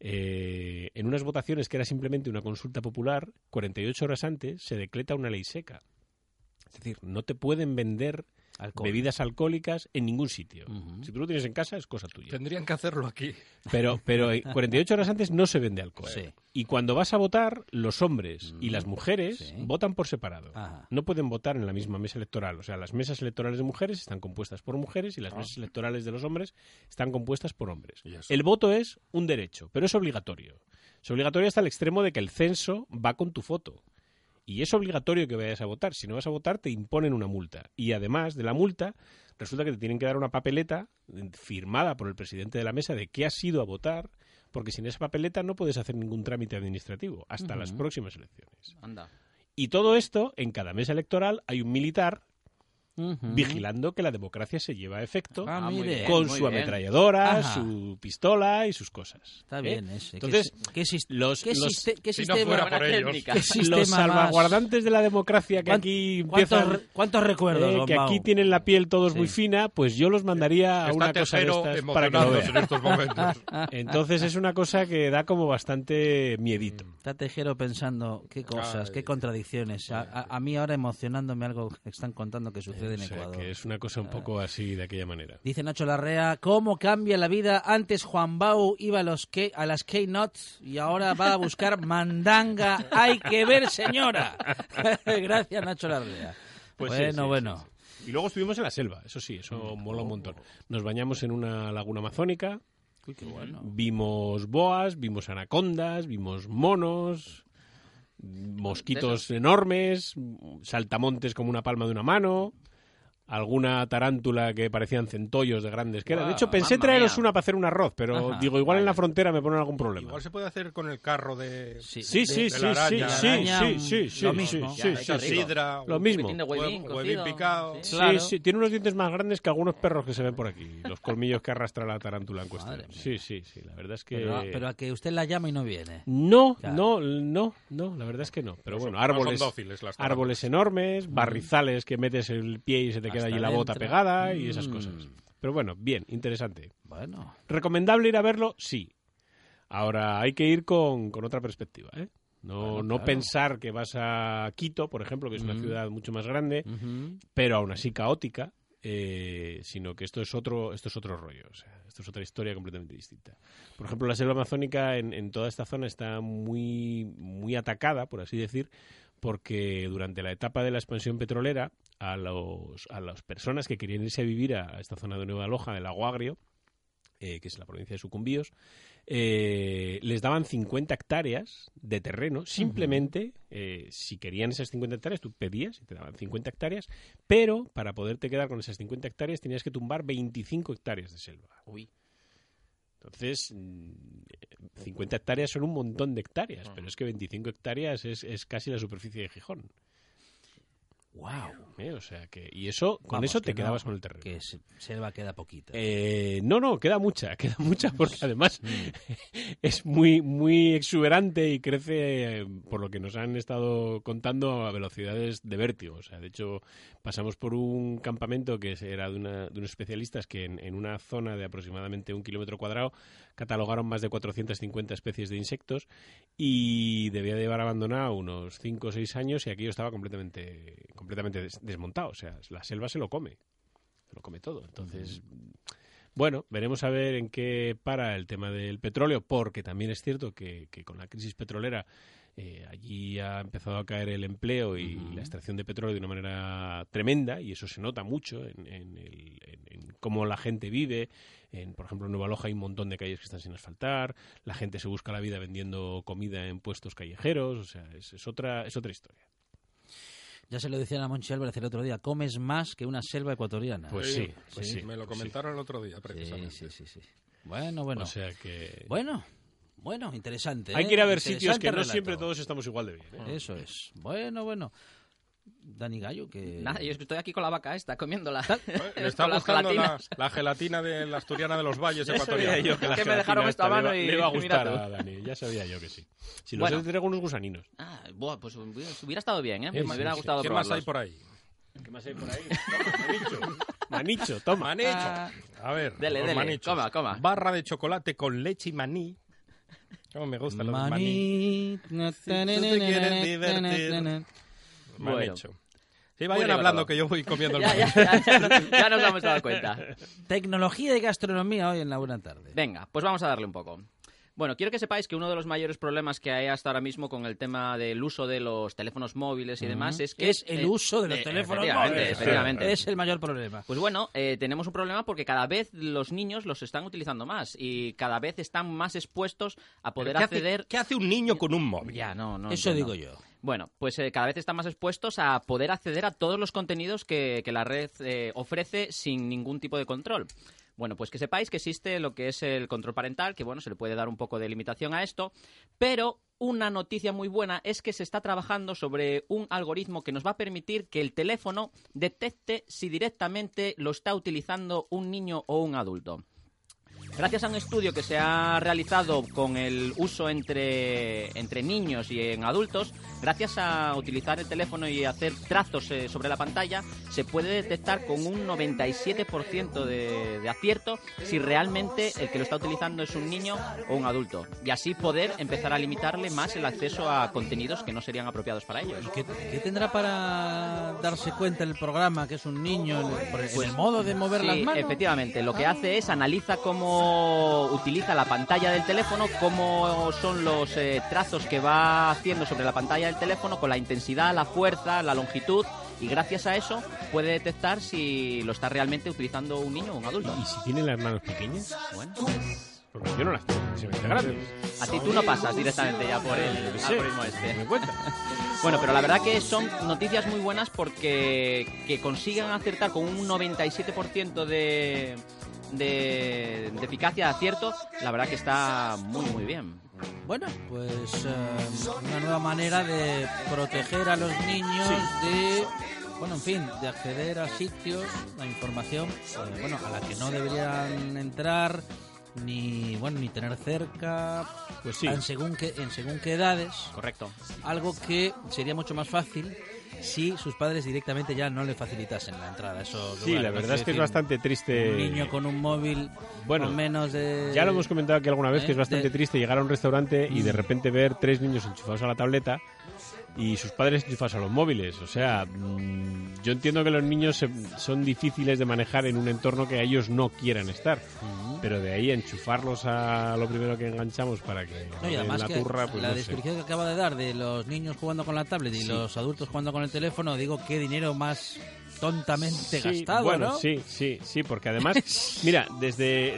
Speaker 5: eh, en unas votaciones que era simplemente una consulta popular, 48 horas antes se decreta una ley seca. Es decir, no te pueden vender
Speaker 8: Alcohol.
Speaker 5: bebidas alcohólicas en ningún sitio.
Speaker 8: Ujú.
Speaker 5: Si tú lo tienes en casa, es cosa tuya.
Speaker 7: Tendrían que hacerlo aquí.
Speaker 5: Pero, pero eh, 48 horas antes no se vende alcohol.
Speaker 8: Sí.
Speaker 5: Y cuando vas a votar, los hombres y
Speaker 8: Mm,
Speaker 5: las mujeres
Speaker 8: sí.
Speaker 5: votan por separado.
Speaker 8: Ajá.
Speaker 5: No pueden votar en la misma mesa electoral. O sea, las mesas electorales de mujeres están compuestas por mujeres y
Speaker 8: Ah.
Speaker 5: las mesas electorales de los hombres están compuestas por hombres.
Speaker 7: ¿Y eso?
Speaker 5: El voto es un derecho, pero es obligatorio. Es obligatorio hasta el extremo de que el censo va con tu foto. Y es obligatorio que vayas a votar. Si no vas a votar, te imponen una multa. Y además de la multa, resulta que te tienen que dar una papeleta eh, firmada por el presidente de la mesa de que has ido a votar, porque sin esa papeleta no puedes hacer ningún trámite administrativo hasta las próximas elecciones.
Speaker 8: Anda.
Speaker 5: Y todo esto, en cada mesa electoral hay un militar vigilando que la democracia se lleva a efecto
Speaker 8: Ah, mire.
Speaker 5: con
Speaker 6: muy
Speaker 5: su
Speaker 6: bien.
Speaker 5: ametralladora,
Speaker 8: Ajá.
Speaker 5: su pistola y sus cosas.
Speaker 8: Está
Speaker 5: ¿eh?
Speaker 8: bien ese. ¿Qué
Speaker 5: Entonces,
Speaker 8: si- ¿qué, sis-
Speaker 5: los-
Speaker 8: qué
Speaker 5: los-
Speaker 8: siste- qué
Speaker 7: si no
Speaker 8: sistema?
Speaker 7: fuera por
Speaker 6: Buena
Speaker 7: ellos.
Speaker 6: técnica.
Speaker 8: ¿Qué sistema
Speaker 5: los
Speaker 8: más-
Speaker 5: salvaguardantes de la democracia que
Speaker 8: ¿Cuán-
Speaker 5: aquí
Speaker 8: ¿Cuántos,
Speaker 5: empiezan
Speaker 8: re- cuántos recuerdos,
Speaker 5: eh, que
Speaker 8: Gombao?
Speaker 5: aquí tienen la piel todos
Speaker 8: Sí.
Speaker 5: muy fina, pues yo los mandaría a
Speaker 7: Está
Speaker 5: una cosa de
Speaker 7: Tejero
Speaker 5: estas para que lo Ah.
Speaker 7: emocionándose en
Speaker 5: vean.
Speaker 7: estos momentos.
Speaker 5: Entonces es una cosa que da como bastante miedito.
Speaker 8: Está Tejero pensando qué cosas,
Speaker 7: Ay.
Speaker 8: qué contradicciones. A, a- a mí ahora emocionándome algo que están contando que sucede en
Speaker 5: O sea,
Speaker 8: Ecuador. Ah.
Speaker 5: que es una cosa un poco así de aquella manera.
Speaker 8: Dice Nacho Larrea, ¿cómo cambia la vida? Antes Juan Bau iba a, los K- a las K-Nots y ahora va a buscar mandanga. ¡Hay que ver, señora! Gracias, Nacho Larrea.
Speaker 5: Pues sí,
Speaker 8: bueno,
Speaker 5: sí,
Speaker 8: bueno.
Speaker 5: sí, Y luego estuvimos en la selva, eso sí, eso mola un montón. Nos bañamos en una laguna amazónica,
Speaker 8: Uy, qué bueno.
Speaker 5: vimos boas, vimos anacondas, vimos monos, mosquitos enormes, saltamontes como una palma de una mano, alguna tarántula que parecían centollos de grandes que eran. De
Speaker 6: Guau,
Speaker 5: hecho, pensé
Speaker 6: mamma
Speaker 5: traeros
Speaker 6: mia.
Speaker 5: una para hacer una arroz, pero
Speaker 8: Ajá,
Speaker 5: digo, igual en la frontera me ponen algún problema.
Speaker 7: Igual se puede hacer con el carro de,
Speaker 5: Sí,
Speaker 8: de-
Speaker 5: sí,
Speaker 7: de
Speaker 5: sí,
Speaker 7: la
Speaker 5: sí,
Speaker 7: araña.
Speaker 5: sí,
Speaker 8: araña,
Speaker 5: sí, sí, sí,
Speaker 8: lo
Speaker 5: sí,
Speaker 8: mismo.
Speaker 5: sí,
Speaker 6: Ya,
Speaker 5: sí,
Speaker 7: de
Speaker 6: qué
Speaker 5: sí.
Speaker 6: rico.
Speaker 7: sidra.
Speaker 5: Lo
Speaker 7: un-
Speaker 5: mismo.
Speaker 6: Tiene huevín,
Speaker 7: Huevo-
Speaker 6: cocido.
Speaker 7: huevín picado.
Speaker 6: Sí.
Speaker 5: Sí,
Speaker 8: Claro.
Speaker 5: sí, tiene unos dientes más grandes que algunos perros que se ven por aquí, los colmillos que arrastra la tarántula en cuestión.
Speaker 8: Madre mía.
Speaker 5: Sí, sí, sí, la verdad es que... Mm.
Speaker 8: Pero, a- pero a que usted la llama y no viene.
Speaker 5: No,
Speaker 8: Claro.
Speaker 5: no, no, no, la verdad es que no. Pero
Speaker 7: No son-
Speaker 5: bueno,
Speaker 7: no son
Speaker 5: árboles,
Speaker 7: dóciles las tarántulas.
Speaker 5: árboles enormes, barrizales que metes el pie y se te queda
Speaker 8: Mm. Hasta
Speaker 5: allí la bota
Speaker 8: dentro.
Speaker 5: pegada y esas
Speaker 8: Mm.
Speaker 5: cosas. Pero bueno, bien, interesante.
Speaker 8: Bueno,
Speaker 5: ¿Recomendable ir a verlo? Sí. Ahora hay que ir con, con otra perspectiva, ¿eh? No, no pensar que vas a Quito, por ejemplo, que es una
Speaker 8: Mm.
Speaker 5: ciudad mucho más grande, pero aún así caótica, eh, sino que esto es otro, esto es otro rollo, o sea, esto es otra historia completamente distinta. Por ejemplo, la selva amazónica en, en toda esta zona está muy, muy atacada, por así decir, porque durante la etapa de la expansión petrolera, a, los, a las personas que querían irse a vivir a esta zona de Nueva Loja, del Lago Agrio, eh, que es la provincia de Sucumbíos, eh, les daban 50 hectáreas de terreno, simplemente, eh, si querían esas 50 hectáreas, tú pedías y te daban 50 hectáreas, pero para poderte quedar con esas 50 hectáreas tenías que tumbar 25 hectáreas de selva.
Speaker 6: Uy.
Speaker 5: Entonces, mm, eh, 50 hectáreas son un montón de hectáreas, pero es que 25 hectáreas es, es casi la superficie de Gijón.
Speaker 8: wow.
Speaker 5: ¿eh? O sea que, y eso, con eso te quedabas con el terreno.
Speaker 8: Que se- selva queda poquita.
Speaker 5: Eh, no, no, queda mucha, queda mucha porque además es muy, muy exuberante y crece, eh, por lo que nos han estado contando, a velocidades de vértigo. O sea, de hecho, pasamos por un campamento que era de, una- de unos especialistas que en, en una zona de aproximadamente un kilómetro cuadrado catalogaron más de 450 especies de insectos y debía de llevar abandonado unos 5 o 6 años y aquello estaba completamente, completamente des- desmontado. O sea, la selva se lo come se lo come todo. Entonces, bueno, veremos a ver en qué para el tema del petróleo, porque también es cierto que, que con la crisis petrolera eh, allí ha empezado a caer el empleo y la extracción de petróleo de una manera tremenda, y eso se nota mucho en, en el- en- en cómo la gente vive. En, por ejemplo, en Nueva Loja hay un montón de calles que están sin asfaltar, la gente se busca la vida vendiendo comida en puestos callejeros, o sea, es, es otra, es otra historia.
Speaker 8: Ya se lo decían a Monchi Álvarez el otro día, comes más que una selva ecuatoriana.
Speaker 5: Pues sí, pues sí.
Speaker 7: Me lo
Speaker 5: pues sí.
Speaker 7: comentaron el otro día,
Speaker 8: Sí,
Speaker 7: precisamente.
Speaker 8: sí, sí, sí. Bueno, bueno.
Speaker 5: O sea que...
Speaker 8: Bueno, bueno, interesante.
Speaker 5: Pues Hay
Speaker 8: ¿eh?
Speaker 5: que ir a ver
Speaker 8: Interesante
Speaker 5: sitios que no
Speaker 8: relato.
Speaker 5: siempre todos estamos igual de bien.
Speaker 6: Mm.
Speaker 5: ¿eh?
Speaker 8: Eso es. Bueno, bueno. Dani Gallo, que...
Speaker 6: Nada, yo es que estoy aquí con la vaca esta, comiéndola.
Speaker 7: Eh, Le está
Speaker 6: Con las
Speaker 7: buscando la,
Speaker 6: gelatinas.
Speaker 7: la gelatina de la asturiana de los valles
Speaker 6: Ya sabía
Speaker 7: ecuatoriana.
Speaker 6: yo que la
Speaker 5: La
Speaker 6: me dejaron
Speaker 5: gelatina
Speaker 6: esto a
Speaker 5: esta
Speaker 6: mano
Speaker 5: le va-
Speaker 6: y
Speaker 5: le va a
Speaker 6: mira
Speaker 5: gustar
Speaker 6: tú.
Speaker 5: a Dani, ya sabía yo que sí. Si no
Speaker 6: Bueno.
Speaker 5: se te traigo unos gusaninos.
Speaker 6: Ah, buah, pues hubiera, hubiera estado bien, ¿eh?
Speaker 5: Eh,
Speaker 6: me
Speaker 5: sí,
Speaker 6: hubiera
Speaker 5: sí.
Speaker 6: gustado
Speaker 7: ¿Qué más hay
Speaker 6: probarlos.
Speaker 7: por ahí?
Speaker 5: Ah. ¿Qué más hay por ahí? Manicho. Manicho, toma. Ah.
Speaker 7: Manicho. A ver,
Speaker 6: Dele,
Speaker 7: los
Speaker 6: dele.
Speaker 7: manichos.
Speaker 6: Coma, coma.
Speaker 7: Barra de chocolate con leche y maní Cómo me gusta lo de maní.
Speaker 8: Maní. na,
Speaker 7: Si tú
Speaker 8: na,
Speaker 7: te
Speaker 8: na,
Speaker 7: quieres
Speaker 8: na, na,
Speaker 7: divertir.
Speaker 8: na, na, na.
Speaker 7: Me han
Speaker 6: Bueno.
Speaker 7: hecho. Sí, vayan
Speaker 6: elaborado.
Speaker 7: hablando que yo voy comiendo el
Speaker 6: Ya,
Speaker 7: maní.
Speaker 6: ya, ya, ya nos, ya nos hemos dado cuenta.
Speaker 8: Tecnología y gastronomía hoy en la buena tarde.
Speaker 6: Venga, pues vamos a darle un poco. Bueno, quiero que sepáis que uno de los mayores problemas que hay hasta ahora mismo con el tema del uso de los teléfonos móviles y demás es que...
Speaker 8: Es el
Speaker 6: eh,
Speaker 8: uso de los
Speaker 6: eh,
Speaker 8: teléfonos
Speaker 6: efectivamente,
Speaker 8: móviles.
Speaker 6: efectivamente.
Speaker 8: Es el mayor problema.
Speaker 6: Pues bueno, eh, tenemos un problema porque cada vez los niños los están utilizando más y cada vez están más expuestos a
Speaker 7: Pero
Speaker 6: poder
Speaker 7: ¿qué hace-
Speaker 6: acceder...
Speaker 7: ¿Qué hace un niño con un móvil?
Speaker 6: Ya, no, no.
Speaker 8: Eso
Speaker 6: entiendo.
Speaker 8: digo yo.
Speaker 6: Bueno, pues eh, cada vez están más expuestos a poder acceder a todos los contenidos que, que la red eh, ofrece sin ningún tipo de control. Bueno, pues que sepáis que existe lo que es el control parental, que bueno, se le puede dar un poco de limitación a esto, pero una noticia muy buena es que se está trabajando sobre un algoritmo que nos va a permitir que el teléfono detecte si directamente lo está utilizando un niño o un adulto. Gracias a un estudio que se ha realizado con el uso entre, entre niños y en adultos, gracias a utilizar el teléfono y hacer trazos eh, sobre la pantalla, se puede detectar con un 97% de, de acierto si realmente el que lo está utilizando es un niño o un adulto. Y así poder empezar a limitarle más el acceso a contenidos que no serían apropiados para ellos.
Speaker 8: ¿Qué, qué tendrá para darse cuenta el programa que es un niño en el, por el- en el modo de mover
Speaker 6: Pues, Sí,
Speaker 8: las manos? Ah.
Speaker 6: Efectivamente, lo que hace es analiza cómo utiliza la pantalla del teléfono, cómo son los eh, trazos que va haciendo sobre la pantalla del teléfono con la intensidad, la fuerza, la longitud y gracias a eso puede detectar si lo está realmente utilizando un niño o un adulto.
Speaker 5: ¿Y si tienen las manos pequeñas?
Speaker 6: Bueno,
Speaker 5: Porque yo no las tengo, se me hacen grandes.
Speaker 6: a ti tú no pasas directamente ya por el
Speaker 5: Sí,
Speaker 6: algoritmo
Speaker 5: se
Speaker 6: este.
Speaker 5: me cuenta.
Speaker 6: Bueno, pero la verdad que son noticias muy buenas porque que consigan acertar con un 97% de, de, de eficacia de acierto, la verdad que está muy, muy bien.
Speaker 8: Bueno, pues eh, una nueva manera de proteger a los niños de, bueno, en fin, de acceder a sitios, a información, eh, bueno, a la que no deberían entrar ni, bueno, ni tener cerca,
Speaker 5: Pues sí.
Speaker 8: en según qué, en según qué edades,
Speaker 6: Correcto.
Speaker 8: algo que sería mucho más fácil si sus padres directamente ya no le facilitasen la entrada. Eso,
Speaker 5: Sí,
Speaker 8: bueno,
Speaker 5: la
Speaker 8: no
Speaker 5: verdad es
Speaker 8: sé
Speaker 5: que es
Speaker 8: decir,
Speaker 5: bastante triste.
Speaker 8: Un niño con un móvil
Speaker 5: Bueno,
Speaker 8: con menos de...
Speaker 5: Ya lo hemos comentado aquí alguna vez que
Speaker 8: ¿Eh?
Speaker 5: es bastante
Speaker 8: De-
Speaker 5: triste llegar a un restaurante y de repente ver tres niños enchufados a la tableta y sus padres enchufados a los móviles. O sea, mm, yo entiendo que los niños se- son difíciles de manejar en un entorno que a ellos no quieran estar. Pero de ahí a enchufarlos a lo primero que enganchamos para que
Speaker 8: No, y
Speaker 5: den
Speaker 8: además
Speaker 5: la
Speaker 8: que
Speaker 5: turra, pues
Speaker 8: la
Speaker 5: no sé.
Speaker 8: descripción que acaba de dar de los niños jugando con la tablet y los adultos jugando con el teléfono, digo, qué dinero más tontamente
Speaker 5: Sí,
Speaker 8: gastado,
Speaker 5: bueno,
Speaker 8: ¿no?
Speaker 5: sí, sí, sí, porque además, mira, desde,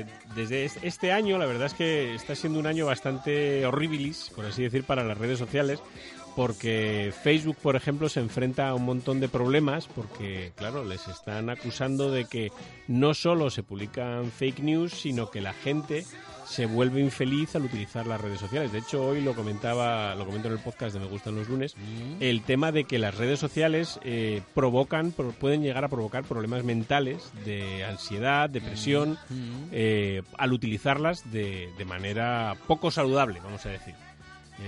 Speaker 5: eh, desde es- este año la verdad es que está siendo un año bastante horribilis, por así decir, para las redes sociales, porque Facebook, por ejemplo, se enfrenta a un montón de problemas, porque, claro, les están acusando de que no solo se publican fake news, sino que la gente se vuelve infeliz al utilizar las redes sociales. De hecho, hoy lo comentaba, lo comento en el podcast de Me Gustan los Lunes, el tema de que las redes sociales eh, provocan, pro- pueden llegar a provocar problemas mentales de ansiedad, depresión, eh, al utilizarlas de, de manera poco saludable, vamos a decir.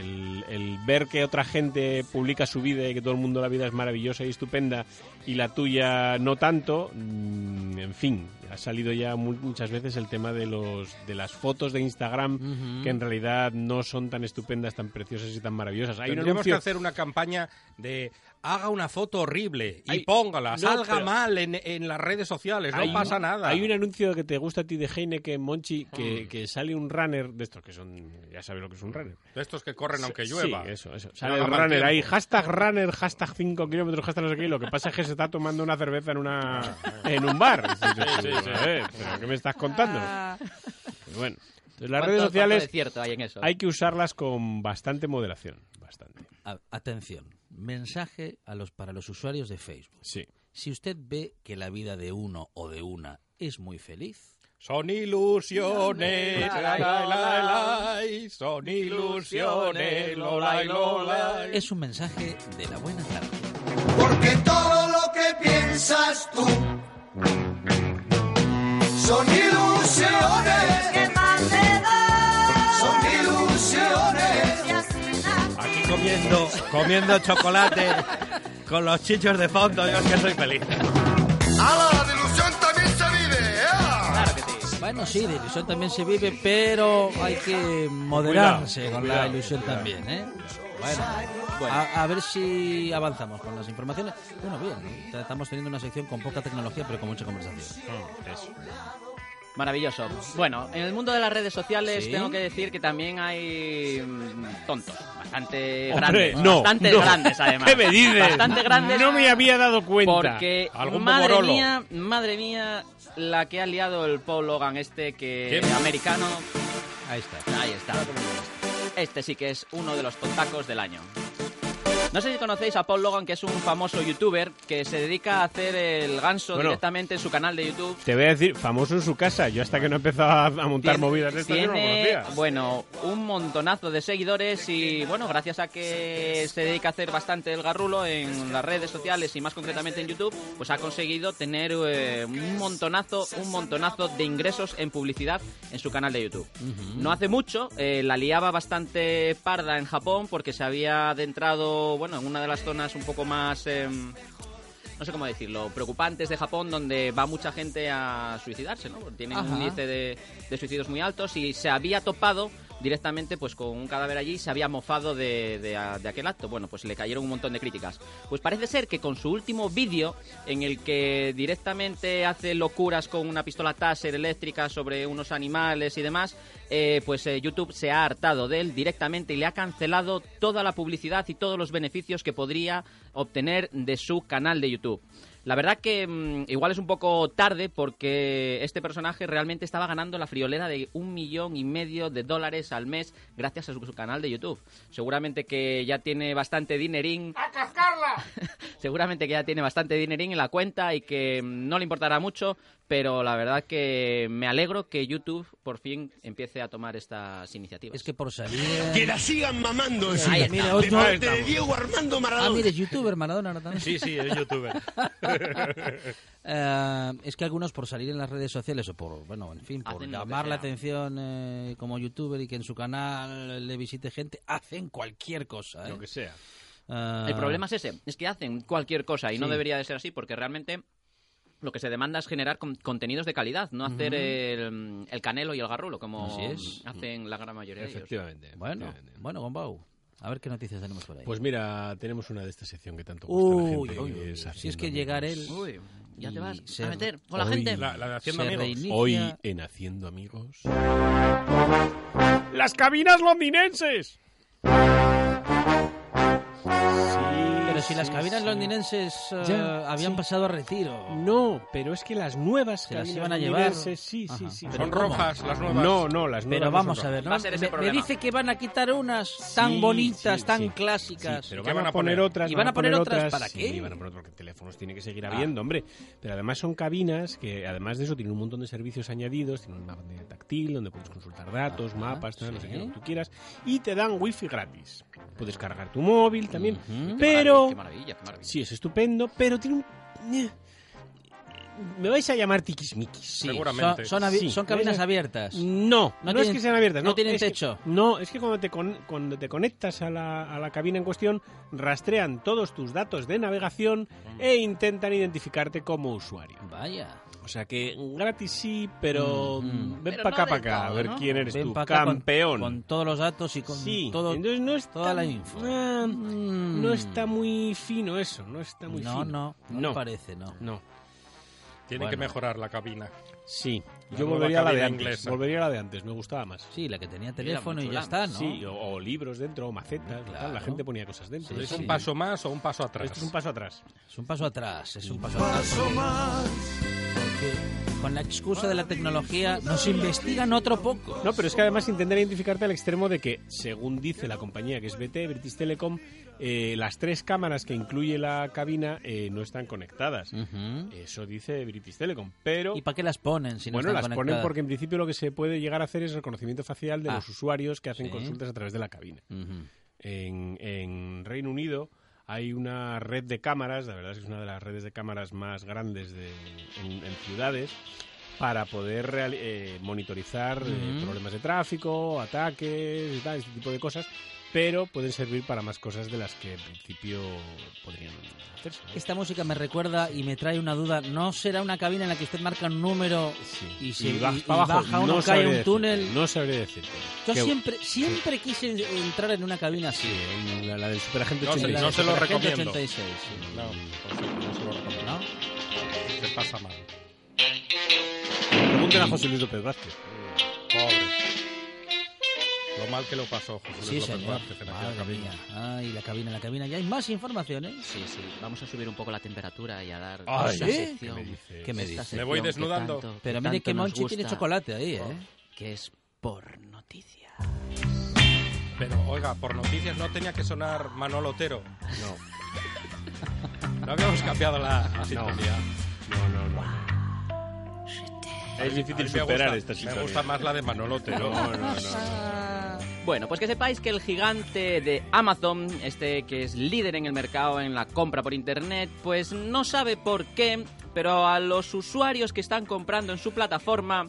Speaker 5: El, el ver que otra gente publica su vida y que todo el mundo la vida es maravillosa y estupenda y la tuya no tanto, mm, en fin, ha salido ya mu- muchas veces el tema de, los, de las fotos de Instagram que en realidad no son tan estupendas, tan preciosas y tan maravillosas. Hay un
Speaker 7: Tendríamos que
Speaker 5: anuncio-
Speaker 7: hacer una campaña de haga una foto horrible y
Speaker 5: Hay-
Speaker 7: póngala,
Speaker 5: No,
Speaker 7: salga
Speaker 5: pero-
Speaker 7: mal en, en las redes sociales, no
Speaker 5: Hay-
Speaker 7: pasa nada. Ah.
Speaker 5: Hay un anuncio que te gusta a ti de Heineken, Monchi, que, que sale un runner de estos que son. Ya sabes lo que es un runner.
Speaker 7: De estos que corren aunque
Speaker 5: Sí,
Speaker 7: llueva.
Speaker 5: eso, eso.
Speaker 7: Que
Speaker 5: Sale
Speaker 7: no
Speaker 5: el
Speaker 7: hagan
Speaker 5: runner
Speaker 7: tiempo.
Speaker 5: ahí, hashtag runner, hashtag 5 kilómetros, hashtag no sé qué. y Lo que pasa es que se está tomando una cerveza en una en un bar.
Speaker 7: sí, sí.
Speaker 5: A ver, ¿pero ¿Qué me estás contando? Y bueno, entonces las
Speaker 6: Ah.
Speaker 5: redes
Speaker 6: ¿Cuánto- cuánto
Speaker 5: sociales
Speaker 6: de cierto hay en eso?
Speaker 5: hay que usarlas con bastante moderación. Bastante.
Speaker 8: A- atención, mensaje a los para los usuarios de Facebook.
Speaker 5: Sí.
Speaker 8: Si usted ve que la vida de uno o de una es muy feliz,
Speaker 7: Son ilusiones, la, la, la, la, son ilusiones, lo, la, lo, la.
Speaker 8: es un mensaje de la buena tarde.
Speaker 9: Porque todo lo que piensas tú son ilusiones, son ilusiones.
Speaker 7: Aquí comiendo, comiendo chocolate con los chichos de fondo, yo es que soy feliz.
Speaker 9: A la ilusión también se vive, ¿eh?
Speaker 6: Claro que sí.
Speaker 8: Bueno, sí, de ilusión también se vive, pero hay que moderarse
Speaker 5: Cuidado,
Speaker 8: con la
Speaker 5: cuidado,
Speaker 8: ilusión
Speaker 5: cuidado.
Speaker 8: también, ¿eh? Bueno, A, a ver si avanzamos con las informaciones. Bueno, bien, ¿no? estamos teniendo una sección con poca tecnología, pero con mucha conversación.
Speaker 6: Maravilloso. Bueno, en el mundo de las redes sociales
Speaker 8: Sí.
Speaker 6: tengo que decir que también hay mm, tontos, bastante
Speaker 5: Hombre,
Speaker 6: grandes,
Speaker 5: no,
Speaker 6: bastante
Speaker 5: no.
Speaker 6: grandes además.
Speaker 5: ¿Qué me dices?
Speaker 6: Bastante grandes.
Speaker 5: No me había dado cuenta.
Speaker 6: Porque
Speaker 5: Algún
Speaker 6: madre
Speaker 5: bomborolo.
Speaker 6: mía, madre mía, la que ha liado el Paul Logan este que
Speaker 5: ¿Qué?
Speaker 6: americano.
Speaker 8: Ahí está.
Speaker 6: Ahí está. Este sí que es uno de los tontacos del año. No sé si conocéis a Paul Logan, que es un famoso youtuber que se dedica a hacer el ganso
Speaker 5: Bueno.
Speaker 6: directamente en su canal de YouTube.
Speaker 5: Te voy a decir, famoso en su casa. Yo hasta que no empezaba a montar
Speaker 6: Tiene-
Speaker 5: movidas de estas, yo no lo
Speaker 6: tiene,
Speaker 5: conocía.
Speaker 6: bueno, un montonazo de seguidores y, bueno, gracias a que se dedica a hacer bastante el garrulo en las redes sociales y más concretamente en YouTube, pues ha conseguido tener eh, un montonazo, un montonazo de ingresos en publicidad en su canal de YouTube. No hace mucho eh, la liaba bastante parda en Japón porque se había adentrado, bueno, en una de las zonas un poco más... em, no sé cómo decirlo, preocupantes de Japón, donde va mucha gente a suicidarse, ¿no? Tienen un
Speaker 8: Ajá.
Speaker 6: índice de, de suicidios muy altos y se había topado directamente pues con un cadáver allí y se había mofado de, de a- de aquel acto. Bueno, pues le cayeron un montón de críticas. Pues parece ser que con su último vídeo, en el que directamente hace locuras con una pistola taser eléctrica sobre unos animales y demás, eh, pues eh, YouTube se ha hartado de él directamente y le ha cancelado toda la publicidad y todos los beneficios que podría obtener de su canal de YouTube. La verdad que mm, igual es un poco tarde porque este personaje realmente estaba ganando la friolera de un millón y medio de dólares al mes gracias a su, su canal de YouTube. Seguramente que ya tiene bastante dinerín. ¡A cascarla! Seguramente que ya tiene bastante dinerín en la cuenta y que mm, no le importará mucho, pero la verdad que me alegro que YouTube por fin empiece a tomar estas iniciativas.
Speaker 8: Es que por salir...
Speaker 10: la sigan mamando
Speaker 6: Ahí está.
Speaker 8: Mira, otro...
Speaker 5: Ahí estamos.
Speaker 10: Diego Armando
Speaker 8: Ah, mire, es youtuber, Maradona, ahora también.
Speaker 7: Sí, sí, es youtuber.
Speaker 8: Eh, es que algunos por salir en las redes sociales o por, bueno, en fin, por
Speaker 6: Hacen lo que
Speaker 8: llamar la
Speaker 6: sea.
Speaker 8: atención eh, como youtuber y que en su canal le visite gente, hacen cualquier cosa. ¿eh?
Speaker 5: Lo que sea.
Speaker 8: Ah,
Speaker 6: El problema es ese, es que hacen cualquier cosa y no
Speaker 8: Sí.
Speaker 6: debería de ser así porque realmente lo que se demanda es generar con- contenidos de calidad, no hacer el, el canelo y el garrulo como
Speaker 8: Así es.
Speaker 6: hacen la gran mayoría de ellos.
Speaker 5: Efectivamente.
Speaker 8: Bueno,
Speaker 5: efectivamente.
Speaker 8: bueno, Gombau, a ver qué noticias tenemos por ahí.
Speaker 5: Pues eh, mira, tenemos una de esta sección que tanto gusta a la
Speaker 8: uy,
Speaker 5: gente.
Speaker 8: uy,
Speaker 5: que
Speaker 8: uy,
Speaker 5: es
Speaker 8: si es
Speaker 5: Haciendo
Speaker 8: que llegar
Speaker 5: Amigos.
Speaker 8: él
Speaker 6: Uy, ya
Speaker 8: Y
Speaker 6: te vas
Speaker 8: se-
Speaker 6: a meter con la
Speaker 5: hoy-
Speaker 6: gente.
Speaker 7: La, la de
Speaker 8: se
Speaker 7: Haciendo Amigos.
Speaker 8: reinicia.
Speaker 5: Hoy en Haciendo Amigos. ¡Las cabinas londinenses!
Speaker 8: Pero si las cabinas londinenses eh,
Speaker 5: Ya,
Speaker 8: habían
Speaker 5: sí.
Speaker 8: pasado a retiro.
Speaker 5: No, pero es que las nuevas
Speaker 8: Se las
Speaker 5: cabinas
Speaker 8: iban a llevar.
Speaker 5: londinenses, Sí, sí,
Speaker 8: Ajá.
Speaker 5: sí.
Speaker 7: Son rojas las nuevas.
Speaker 5: No, no, las nuevas.
Speaker 8: Pero
Speaker 5: no
Speaker 8: vamos
Speaker 5: son
Speaker 8: a ver, ¿no?
Speaker 6: Va a ser ese
Speaker 8: me, me
Speaker 6: problema.
Speaker 8: dice que van a quitar unas tan
Speaker 5: Sí,
Speaker 8: bonitas,
Speaker 5: sí,
Speaker 8: tan
Speaker 5: sí.
Speaker 8: clásicas.
Speaker 5: Sí, pero
Speaker 7: ¿Qué
Speaker 5: van, a poner otras.
Speaker 8: ¿Y van a poner otras? ¿Para
Speaker 5: sí,
Speaker 8: qué?
Speaker 5: van a poner otras porque teléfonos tiene que seguir habiendo, hombre. Pero además son cabinas que, además de eso, tienen un montón de servicios añadidos. Tienen una pantalla táctil donde puedes consultar datos,
Speaker 8: Ajá,
Speaker 5: mapas, tal, no sé
Speaker 8: sí.
Speaker 5: qué, lo que tú quieras. Y te dan wifi gratis. Puedes cargar tu móvil también.
Speaker 8: Ujú.
Speaker 5: Pero...
Speaker 6: Qué maravilla, qué maravilla.
Speaker 5: Sí, es estupendo, pero tiene un... eh, Me vais a llamar tiquismiquis.
Speaker 8: Sí,
Speaker 7: Seguramente.
Speaker 8: Son, son abi-
Speaker 5: Sí. Eh,
Speaker 8: son cabinas abiertas.
Speaker 5: No, no, es
Speaker 8: tienen-
Speaker 5: que sean abiertas.
Speaker 8: no
Speaker 5: No,
Speaker 8: tienen
Speaker 5: es que-
Speaker 8: techo.
Speaker 5: no, es que cuando te, con- cuando te conectas a la, a la cabina en cuestión, rastrean todos tus datos de navegación e intentan identificarte como usuario.
Speaker 8: Vaya.
Speaker 5: O sea que gratis sí, pero
Speaker 8: Mm,
Speaker 5: mm, ven
Speaker 6: Pero
Speaker 5: para
Speaker 6: no
Speaker 5: acá,
Speaker 6: del
Speaker 5: para acá, a
Speaker 6: todo,
Speaker 5: ver
Speaker 6: ¿no?
Speaker 5: quién eres
Speaker 8: Ven
Speaker 5: tú,
Speaker 8: pa' acá con-
Speaker 5: campeón.
Speaker 8: Con, todos los datos y con
Speaker 5: sí,
Speaker 8: todo.
Speaker 5: entonces no es
Speaker 8: toda la
Speaker 5: tan-
Speaker 8: info.
Speaker 5: ah,
Speaker 8: Mm.
Speaker 5: no está muy fino eso, no está muy
Speaker 8: no,
Speaker 5: fino.
Speaker 8: no, no,
Speaker 5: No.
Speaker 8: parece, no.
Speaker 5: No,
Speaker 7: Tiene que
Speaker 8: Bueno.
Speaker 7: mejorar la cabina.
Speaker 5: sí.
Speaker 7: La
Speaker 5: Yo
Speaker 7: nueva
Speaker 5: volvería a la de
Speaker 7: cabina
Speaker 5: antes.
Speaker 7: inglesa.
Speaker 5: Volvería a la de antes, me gustaba más.
Speaker 8: Sí, la que tenía teléfono
Speaker 6: muy
Speaker 8: y ya
Speaker 6: chula.
Speaker 8: está, ¿no?
Speaker 5: Sí, o, o libros dentro, o macetas, o tal,
Speaker 8: Claro.
Speaker 5: la gente ponía cosas dentro.
Speaker 8: Sí,
Speaker 5: Es
Speaker 7: ¿Es
Speaker 8: sí.
Speaker 7: un paso más o un paso atrás?
Speaker 5: Esto Pues es un paso atrás.
Speaker 8: Es un paso atrás, es un paso atrás. porque- porque con la excusa de la tecnología nos investigan otro poco.
Speaker 5: No, pero es que además intentar identificarte al extremo de que, según dice la compañía que es BT, British Telecom, eh, las tres cámaras que incluye la cabina eh, no están conectadas.
Speaker 8: Ujú.
Speaker 5: Eso dice British Telecom, pero...
Speaker 8: Mm. ¿Y para qué las ponen si no
Speaker 5: bueno, las
Speaker 8: están
Speaker 5: ponen
Speaker 8: conectadas?
Speaker 5: porque en principio lo que se puede llegar a hacer es reconocimiento facial de
Speaker 8: Ah.
Speaker 5: los usuarios que hacen
Speaker 8: Sí.
Speaker 5: consultas a través de la cabina.
Speaker 8: Ujú.
Speaker 5: En, en Reino Unido hay una red de cámaras, la verdad es que es una de las redes de cámaras más grandes de- en, en ciudades, para poder real- eh, monitorizar eh,
Speaker 8: Ujú.
Speaker 5: problemas de tráfico, ataques, y tal, este tipo de cosas. pero pueden servir para más cosas de las que en principio podrían hacerse. ¿no?
Speaker 8: Esta música me recuerda y me trae una duda. ¿No será una cabina en la que usted marca un número
Speaker 5: Sí.
Speaker 8: y se
Speaker 5: va
Speaker 8: y- y
Speaker 5: para abajo,
Speaker 8: baja uno,
Speaker 5: no
Speaker 8: cae
Speaker 5: sabría
Speaker 8: un
Speaker 5: decirte,
Speaker 8: túnel?
Speaker 5: No sabría decirte.
Speaker 8: Yo
Speaker 5: Que-
Speaker 8: siempre siempre quise entrar en una cabina así.
Speaker 5: en la, la del superagente
Speaker 7: No sé,
Speaker 8: En la
Speaker 5: 86.
Speaker 7: no sé. se lo
Speaker 8: Superagente
Speaker 7: recomiendo.
Speaker 8: 86, sí.
Speaker 7: No, no se lo recomiendo.
Speaker 8: ¿No?
Speaker 7: Se pasa mal.
Speaker 5: Pregunten a José Luis López Vázquez.
Speaker 7: Pobre. Lo mal que lo pasó José Luis
Speaker 8: Sí,
Speaker 7: López
Speaker 8: señor.
Speaker 7: Vázquez en aquella
Speaker 8: Madre
Speaker 7: cabina.
Speaker 8: mía. Ay, la cabina, la cabina. Ya hay más información, ¿eh?
Speaker 6: Sí, sí. Vamos a subir un poco la temperatura y a dar
Speaker 5: Ay,
Speaker 6: esta
Speaker 5: ¿sí?
Speaker 6: sección.
Speaker 5: ¿Qué me dices?
Speaker 8: ¿Qué me
Speaker 6: esta
Speaker 8: dices?
Speaker 6: sección
Speaker 7: Ah, Me voy
Speaker 6: que
Speaker 7: desnudando.
Speaker 6: tanto- que
Speaker 8: Pero mire
Speaker 6: tanto
Speaker 8: que
Speaker 6: nos
Speaker 8: Monchi tiene
Speaker 6: gusta, Oh.
Speaker 8: chocolate ahí, ¿eh?
Speaker 6: Que es por noticias.
Speaker 7: Pero, oiga, por noticias no tenía que sonar Manolo Otero. No. No habíamos cambiado la, la sintonía.
Speaker 5: No, no, no. Es
Speaker 7: A mí me
Speaker 5: difícil superar
Speaker 7: gusta-
Speaker 5: esta
Speaker 7: Me gusta
Speaker 5: situación.
Speaker 7: más la de Manolo Otero.
Speaker 6: Bueno, pues que sepáis que el gigante de Amazon, este que es líder en el mercado en la compra por internet, pues no sabe por qué, pero a los usuarios que están comprando en su plataforma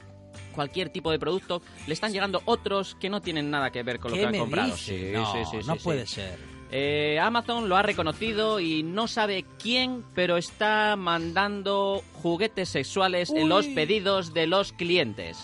Speaker 6: cualquier tipo de producto, le están llegando otros que no tienen nada que ver con lo que
Speaker 8: ¿Qué
Speaker 6: han
Speaker 8: me
Speaker 6: comprado.
Speaker 8: dices?
Speaker 6: Sí,
Speaker 8: no,
Speaker 6: sí, sí, sí,
Speaker 8: no
Speaker 6: sí.
Speaker 8: puede ser.
Speaker 6: Eh, Amazon lo ha reconocido y no sabe quién, pero está mandando juguetes sexuales en los pedidos de los clientes.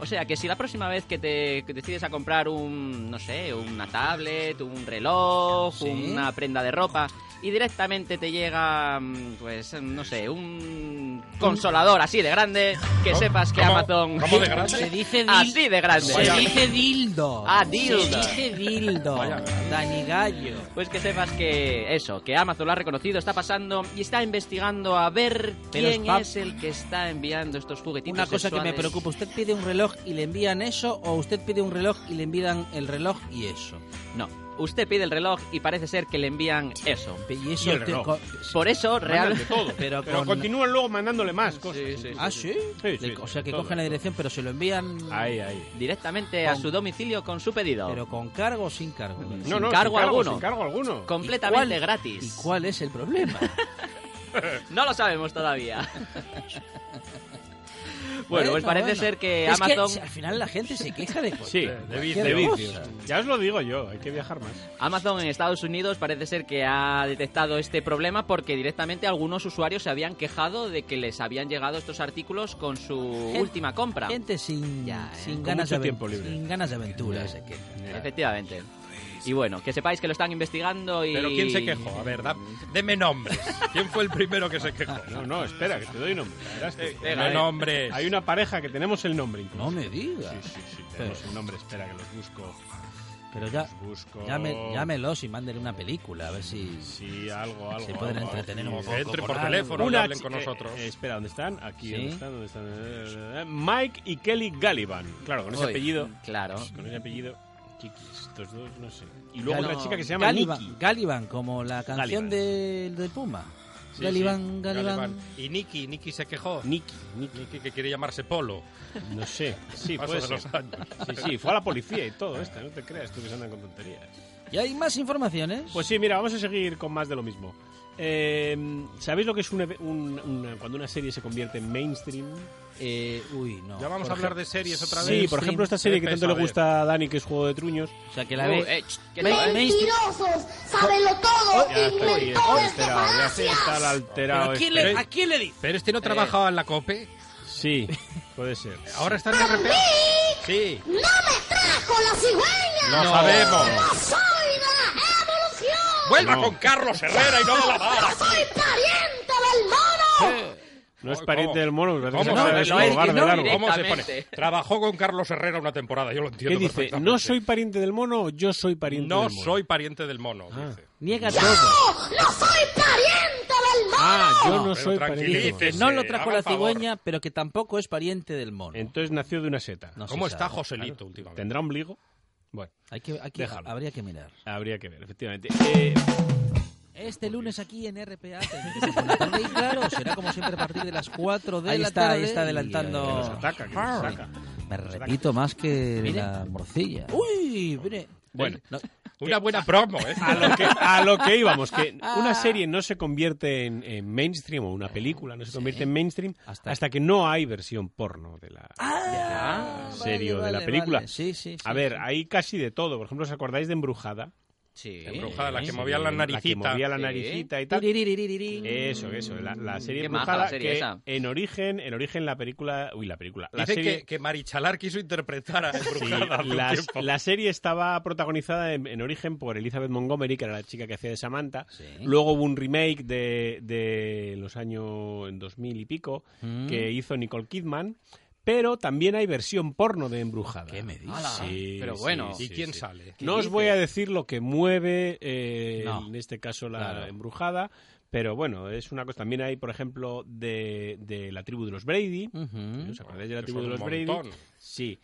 Speaker 6: O sea que si la próxima vez que te que decides a comprar un, no sé, una tablet, un reloj,
Speaker 8: Sí.
Speaker 6: una prenda de ropa y directamente te llega, mm, pues, no sé, un consolador así de grande, que
Speaker 7: ¿Cómo-
Speaker 6: sepas que
Speaker 7: cómo-
Speaker 6: Amazon...
Speaker 7: cómo de grande?
Speaker 8: Se dice dil-
Speaker 6: Así de grande.
Speaker 8: Se dice dildo.
Speaker 6: Ah, dildo.
Speaker 8: Se dice dildo.
Speaker 7: Vaya.
Speaker 8: Dani Gallo.
Speaker 6: Pues que sepas que eso, que Amazon lo ha reconocido, está pasando y está investigando a ver
Speaker 8: Pero
Speaker 6: quién
Speaker 8: está-
Speaker 6: es el que está enviando estos juguetitos.
Speaker 8: Una cosa que me
Speaker 6: sexuales.
Speaker 8: preocupa, ¿usted pide un reloj y le envían eso o usted pide un reloj y le envían el reloj y eso?
Speaker 6: No, usted pide el relog y parece ser que le envían eso.
Speaker 8: Y eso
Speaker 5: el
Speaker 8: te-
Speaker 5: reloj.
Speaker 8: co-
Speaker 6: Por eso, real.
Speaker 7: Mandan de todo.
Speaker 8: Pero,
Speaker 5: Pero
Speaker 8: con-
Speaker 5: continúan luego mandándole más cosas.
Speaker 6: Sí, sí, sí.
Speaker 8: Ah, sí.
Speaker 5: Sí, sí,
Speaker 8: Le- o sea
Speaker 5: sí,
Speaker 8: que
Speaker 5: todo.
Speaker 8: cogen la dirección, pero se lo envían
Speaker 5: Ahí, ahí.
Speaker 6: Directamente a
Speaker 8: Con-
Speaker 6: su domicilio con su pedido.
Speaker 8: pero con cargo o sin cargo.
Speaker 6: Sin
Speaker 5: No, no,
Speaker 6: cargo
Speaker 5: sin
Speaker 6: alguno.
Speaker 5: Sin cargo alguno.
Speaker 6: Completamente
Speaker 8: ¿Y cuál-
Speaker 6: gratis.
Speaker 8: ¿Y cuál es el problema?
Speaker 6: No lo sabemos todavía. bueno, pues parece
Speaker 8: bueno.
Speaker 6: ser que
Speaker 8: Es
Speaker 6: Amazon.
Speaker 8: si al final la gente se queja de cosas.
Speaker 5: Sí,
Speaker 7: de
Speaker 5: de
Speaker 7: vicio.
Speaker 5: vicios. Ya os lo digo yo, hay que viajar más.
Speaker 6: Amazon en Estados Unidos parece ser que ha detectado este problema porque directamente algunos usuarios se habían quejado de que les habían llegado estos artículos con su
Speaker 8: Gente-
Speaker 6: última compra.
Speaker 8: Gente sin,
Speaker 6: Ya, ¿eh?
Speaker 8: sin
Speaker 6: Con
Speaker 8: ganas
Speaker 5: mucho
Speaker 8: de aven-
Speaker 5: tiempo libre.
Speaker 8: sin ganas de aventura.
Speaker 6: Se quejan, Efectivamente. Y bueno, que sepáis que lo están investigando y...
Speaker 7: Pero ¿quién se quejó? A ver, da- deme nombres. ¿Quién fue el primero que se quejó?
Speaker 5: No, no, espera, que te doy nombre. Verás tú.
Speaker 7: Deme
Speaker 5: Hay-
Speaker 7: nombres.
Speaker 5: Hay una pareja que tenemos el nombre incluso.
Speaker 8: Eh, No me digas. Eh.
Speaker 5: Sí, sí, sí, tenemos el nombre, espera que los busco.
Speaker 8: Pero ya,
Speaker 5: Los busco.
Speaker 8: llame- llámelos y mándenle una película, a ver si...
Speaker 5: Sí, algo, algo.
Speaker 8: Se pueden
Speaker 5: algo,
Speaker 8: entretener
Speaker 5: algo.
Speaker 8: un
Speaker 5: Sí,
Speaker 8: poco
Speaker 7: Entre
Speaker 8: con
Speaker 7: por
Speaker 8: algo.
Speaker 7: teléfono y
Speaker 5: Una
Speaker 7: hablen con
Speaker 5: chi- eh,
Speaker 7: nosotros.
Speaker 5: eh, espera, ¿dónde están? Aquí,
Speaker 8: Sí.
Speaker 5: ¿dónde están? ¿Dónde están? Eh, eh, Mike y Kelly Gallivan. Claro, con ese
Speaker 6: Uy,
Speaker 5: apellido.
Speaker 6: Claro.
Speaker 5: Con ese apellido. Chiquis, estos dos, no sé. Y luego
Speaker 6: Gal-
Speaker 5: otra chica que se llama Nikki.
Speaker 8: Galiban, Galiban, como la
Speaker 5: Galiban.
Speaker 8: canción del del Puma.
Speaker 7: Sí,
Speaker 8: Galiban,
Speaker 7: sí,
Speaker 8: Galiban.
Speaker 7: Galván. Y Nicky, Nicky se quejó.
Speaker 5: Nikki, Nikki.
Speaker 7: Nicky que quiere llamarse Polo.
Speaker 5: No sé. Sí,
Speaker 7: Paso
Speaker 5: puede
Speaker 7: de
Speaker 5: ser.
Speaker 7: los años.
Speaker 5: Sí, sí, fue a la policía y todo esta, no te creas tú que se andan con tonterías.
Speaker 8: Y hay más informaciones.
Speaker 5: Pues sí, mira, vamos a seguir con más de lo mismo. Eh, ¿Sabéis lo que es un eve- un- una- cuando una serie se convierte en mainstream?
Speaker 8: Eh, uy, no.
Speaker 7: Ya vamos a
Speaker 8: Por
Speaker 7: hablar
Speaker 8: ejemplo-
Speaker 7: de series otra vez.
Speaker 5: Sí, por ejemplo, esta serie que
Speaker 7: Pepe,
Speaker 5: tanto le
Speaker 7: a ver.
Speaker 5: gusta a Dani, que es Juego de Truños.
Speaker 8: O sea, que la ve...
Speaker 6: Uh, eh, ch, ¿qué tal, eh?
Speaker 11: ¡Mentirosos! ¡Sábelo todo!
Speaker 5: Oh, Ya está aquí, está
Speaker 7: este,
Speaker 11: ¡Inventores de
Speaker 5: alterado, ya sí, está el
Speaker 11: falacias!
Speaker 5: alterado.
Speaker 8: ¿A, quién
Speaker 5: este.
Speaker 8: le, ¿A quién le dice?
Speaker 7: Pero este
Speaker 5: Eh.
Speaker 7: no trabajaba en la COPE.
Speaker 5: Sí, puede ser.
Speaker 7: Ahora está en el RP. Sí.
Speaker 11: ¡No me trajo la cigüeña!
Speaker 7: Lo sabemos.
Speaker 11: ¡No soy de la evolución!
Speaker 7: Vuelva
Speaker 5: No.
Speaker 7: con Carlos Herrera y no de la vara.
Speaker 11: ¡No soy pariente del mono!
Speaker 5: No es pariente del
Speaker 7: Ay, ¿cómo?
Speaker 5: mono, parece que
Speaker 7: ¿Cómo?
Speaker 5: se acaba de
Speaker 7: No, no,
Speaker 5: su
Speaker 6: es que
Speaker 5: hogar de
Speaker 6: no,
Speaker 5: largo.
Speaker 7: ¿Cómo se pone?
Speaker 6: Directamente.
Speaker 7: Trabajó con Carlos Herrera una temporada, yo lo
Speaker 5: ¿Qué
Speaker 7: entiendo
Speaker 5: dice?
Speaker 7: perfectamente.
Speaker 5: No soy pariente del mono, yo soy pariente
Speaker 7: No
Speaker 5: del mono. Ah.
Speaker 7: soy pariente del mono, dice.
Speaker 8: Niega
Speaker 11: ¡Yo
Speaker 8: todo.
Speaker 11: no soy pariente del mono!
Speaker 5: Ah, yo no
Speaker 7: Pero
Speaker 5: soy pariente del mono.
Speaker 7: tranquilícese.
Speaker 8: Que no lo trajo
Speaker 7: haga
Speaker 8: la
Speaker 7: el favor.
Speaker 8: cigüeña, pero que tampoco es pariente del mono.
Speaker 5: Entonces nació de una seta.
Speaker 8: No
Speaker 7: ¿Cómo
Speaker 8: se
Speaker 7: está
Speaker 8: sabe.
Speaker 7: Joselito últimamente?
Speaker 5: ¿Tendrá ombligo? Bueno,
Speaker 8: Hay que, hay que-
Speaker 5: Déjalo.
Speaker 8: habría que mirar.
Speaker 5: habría que ver, efectivamente. Eh,
Speaker 8: Este lunes aquí en RPA tendremos una tarde y claro, será como siempre a partir de las 4 de
Speaker 4: Ahí
Speaker 8: la
Speaker 4: está,
Speaker 8: tarde.
Speaker 4: ahí está
Speaker 8: Y,
Speaker 4: adelantando.
Speaker 8: eh,
Speaker 5: que nos ataca, que nos ataca.
Speaker 8: Me repito más que la morcilla. Uy, mire.
Speaker 5: Bueno.
Speaker 8: No,
Speaker 7: Una buena promo, ¿eh?
Speaker 5: A lo, que, a lo que íbamos, que una serie no se convierte en, en mainstream o una película no se convierte en mainstream
Speaker 8: Hasta-
Speaker 5: hasta, que no hay versión porno de la,
Speaker 8: Ah,
Speaker 5: de la serie
Speaker 8: vale,
Speaker 5: o de la
Speaker 8: vale,
Speaker 5: película.
Speaker 8: vale. Sí, sí, sí,
Speaker 5: a ver,
Speaker 8: sí.
Speaker 5: hay casi de todo. Por ejemplo, ¿os acordáis de Embrujada?
Speaker 6: Sí.
Speaker 7: Embrujada, la que movía la naricita.
Speaker 5: La que movía la
Speaker 6: Sí.
Speaker 5: naricita y tal. Eso, eso. La, la serie
Speaker 6: Qué maja
Speaker 5: Embrujada
Speaker 6: la serie
Speaker 5: que
Speaker 6: esa.
Speaker 5: en origen, en origen la película... Uy, la película. La
Speaker 7: Dice
Speaker 5: serie...
Speaker 7: que, que Marichalar quiso interpretar a
Speaker 5: Sí,
Speaker 7: Embrujada. hace un
Speaker 5: la,
Speaker 7: tiempo.
Speaker 5: la serie estaba protagonizada en, en origen por Elizabeth Montgomery, que era la chica que hacía de Samantha.
Speaker 8: Sí.
Speaker 5: Luego hubo un remake de, de los años en 2000 y pico
Speaker 8: Mm.
Speaker 5: que hizo Nicole Kidman. Pero también hay versión porno de Embrujada.
Speaker 8: ¿Qué me dices?
Speaker 5: Sí,
Speaker 6: Pero
Speaker 5: sí,
Speaker 6: bueno.
Speaker 5: sí,
Speaker 7: ¿Y
Speaker 5: sí,
Speaker 7: quién
Speaker 5: sí.
Speaker 7: sale?
Speaker 5: No os voy a decir lo que mueve, eh,
Speaker 8: No.
Speaker 5: en este caso, la
Speaker 8: Claro.
Speaker 5: embrujada, pero bueno, es una cosa. También hay, por ejemplo, de, de la tribu de los Brady.
Speaker 8: Mm.
Speaker 5: ¿eh?
Speaker 8: Ujú.
Speaker 5: ¿Os acordáis de la
Speaker 7: Que
Speaker 5: tribu de
Speaker 7: son
Speaker 5: los
Speaker 7: un
Speaker 5: Brady?
Speaker 7: montón.
Speaker 5: Sí,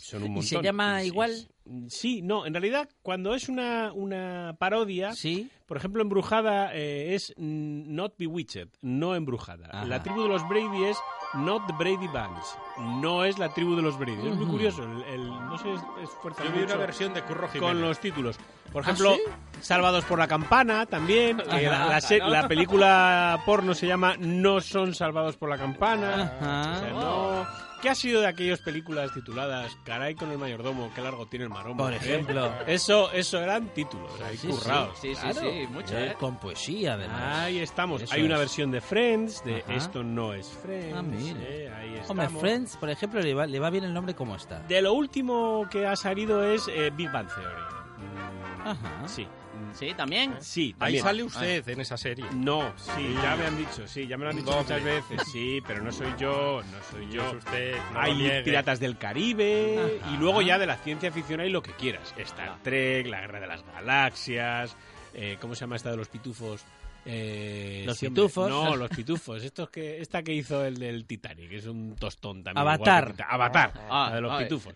Speaker 5: son un montón.
Speaker 8: ¿Y se llama
Speaker 5: Sí,
Speaker 8: igual?
Speaker 5: sí. Sí, no, en realidad, cuando es una, una parodia,
Speaker 8: Sí.
Speaker 5: por ejemplo, embrujada eh, es mm, Not Bewitched, no embrujada.
Speaker 8: Ajá.
Speaker 5: La tribu de los Brady es Not Brady Bunch, no es la tribu de los Brady. Es muy curioso, el, el- no se es- esfuerza
Speaker 7: Yo vi una
Speaker 5: mucho
Speaker 7: versión de Curro Jiménez.
Speaker 5: con los títulos. Por
Speaker 8: ¿Ah,
Speaker 5: ejemplo,
Speaker 8: sí?
Speaker 5: Salvados por la Campana también. que la, la se- la película porno se llama No son salvados por la campana.
Speaker 8: Ajá.
Speaker 5: O sea, no- ¿Qué ha sido de aquellas películas tituladas Caray con el mayordomo, qué largo tiene el maromo?
Speaker 8: Por
Speaker 5: eh?
Speaker 8: ejemplo.
Speaker 5: Eso, eso eran títulos, ahí
Speaker 8: Sí,
Speaker 5: currados.
Speaker 6: Sí, sí,
Speaker 8: Claro.
Speaker 6: sí, mucho,
Speaker 8: Eh, Ah,
Speaker 6: ¿eh?
Speaker 8: Con poesía, además.
Speaker 5: Ahí estamos.
Speaker 8: Eso
Speaker 5: Hay una
Speaker 8: es.
Speaker 5: versión de Friends, de
Speaker 8: Ajá.
Speaker 5: Esto no es Friends.
Speaker 8: Ah, mira.
Speaker 5: eh, ahí
Speaker 8: Hombre,
Speaker 5: estamos.
Speaker 8: Friends, por ejemplo, le va, le va bien el nombre como está.
Speaker 5: De lo último que ha salido es eh, Big Bang Theory.
Speaker 8: Ajá.
Speaker 5: Sí.
Speaker 6: Sí, también.
Speaker 5: Sí,
Speaker 7: Ahí
Speaker 5: también.
Speaker 7: sale usted en esa serie.
Speaker 5: No, sí, ya me han dicho, sí, ya me lo han dicho
Speaker 7: Doble.
Speaker 5: muchas veces. Sí, pero no soy yo, no soy yo.
Speaker 7: Es usted, no lo
Speaker 5: Hay
Speaker 7: niegue.
Speaker 5: Piratas del Caribe
Speaker 8: Ajá.
Speaker 5: y luego ya de la ciencia ficción hay lo que quieras. Star Trek, La Guerra de las Galaxias, eh, ¿cómo se llama esta de los pitufos? Eh,
Speaker 8: Los
Speaker 5: siempre-
Speaker 8: pitufos.
Speaker 5: No, los pitufos. Estos que, esta que hizo el del Titanic, es un tostón también.
Speaker 8: Avatar.
Speaker 5: igual que Tita- Avatar,
Speaker 6: Ah,
Speaker 5: la de los
Speaker 6: vale.
Speaker 5: pitufos.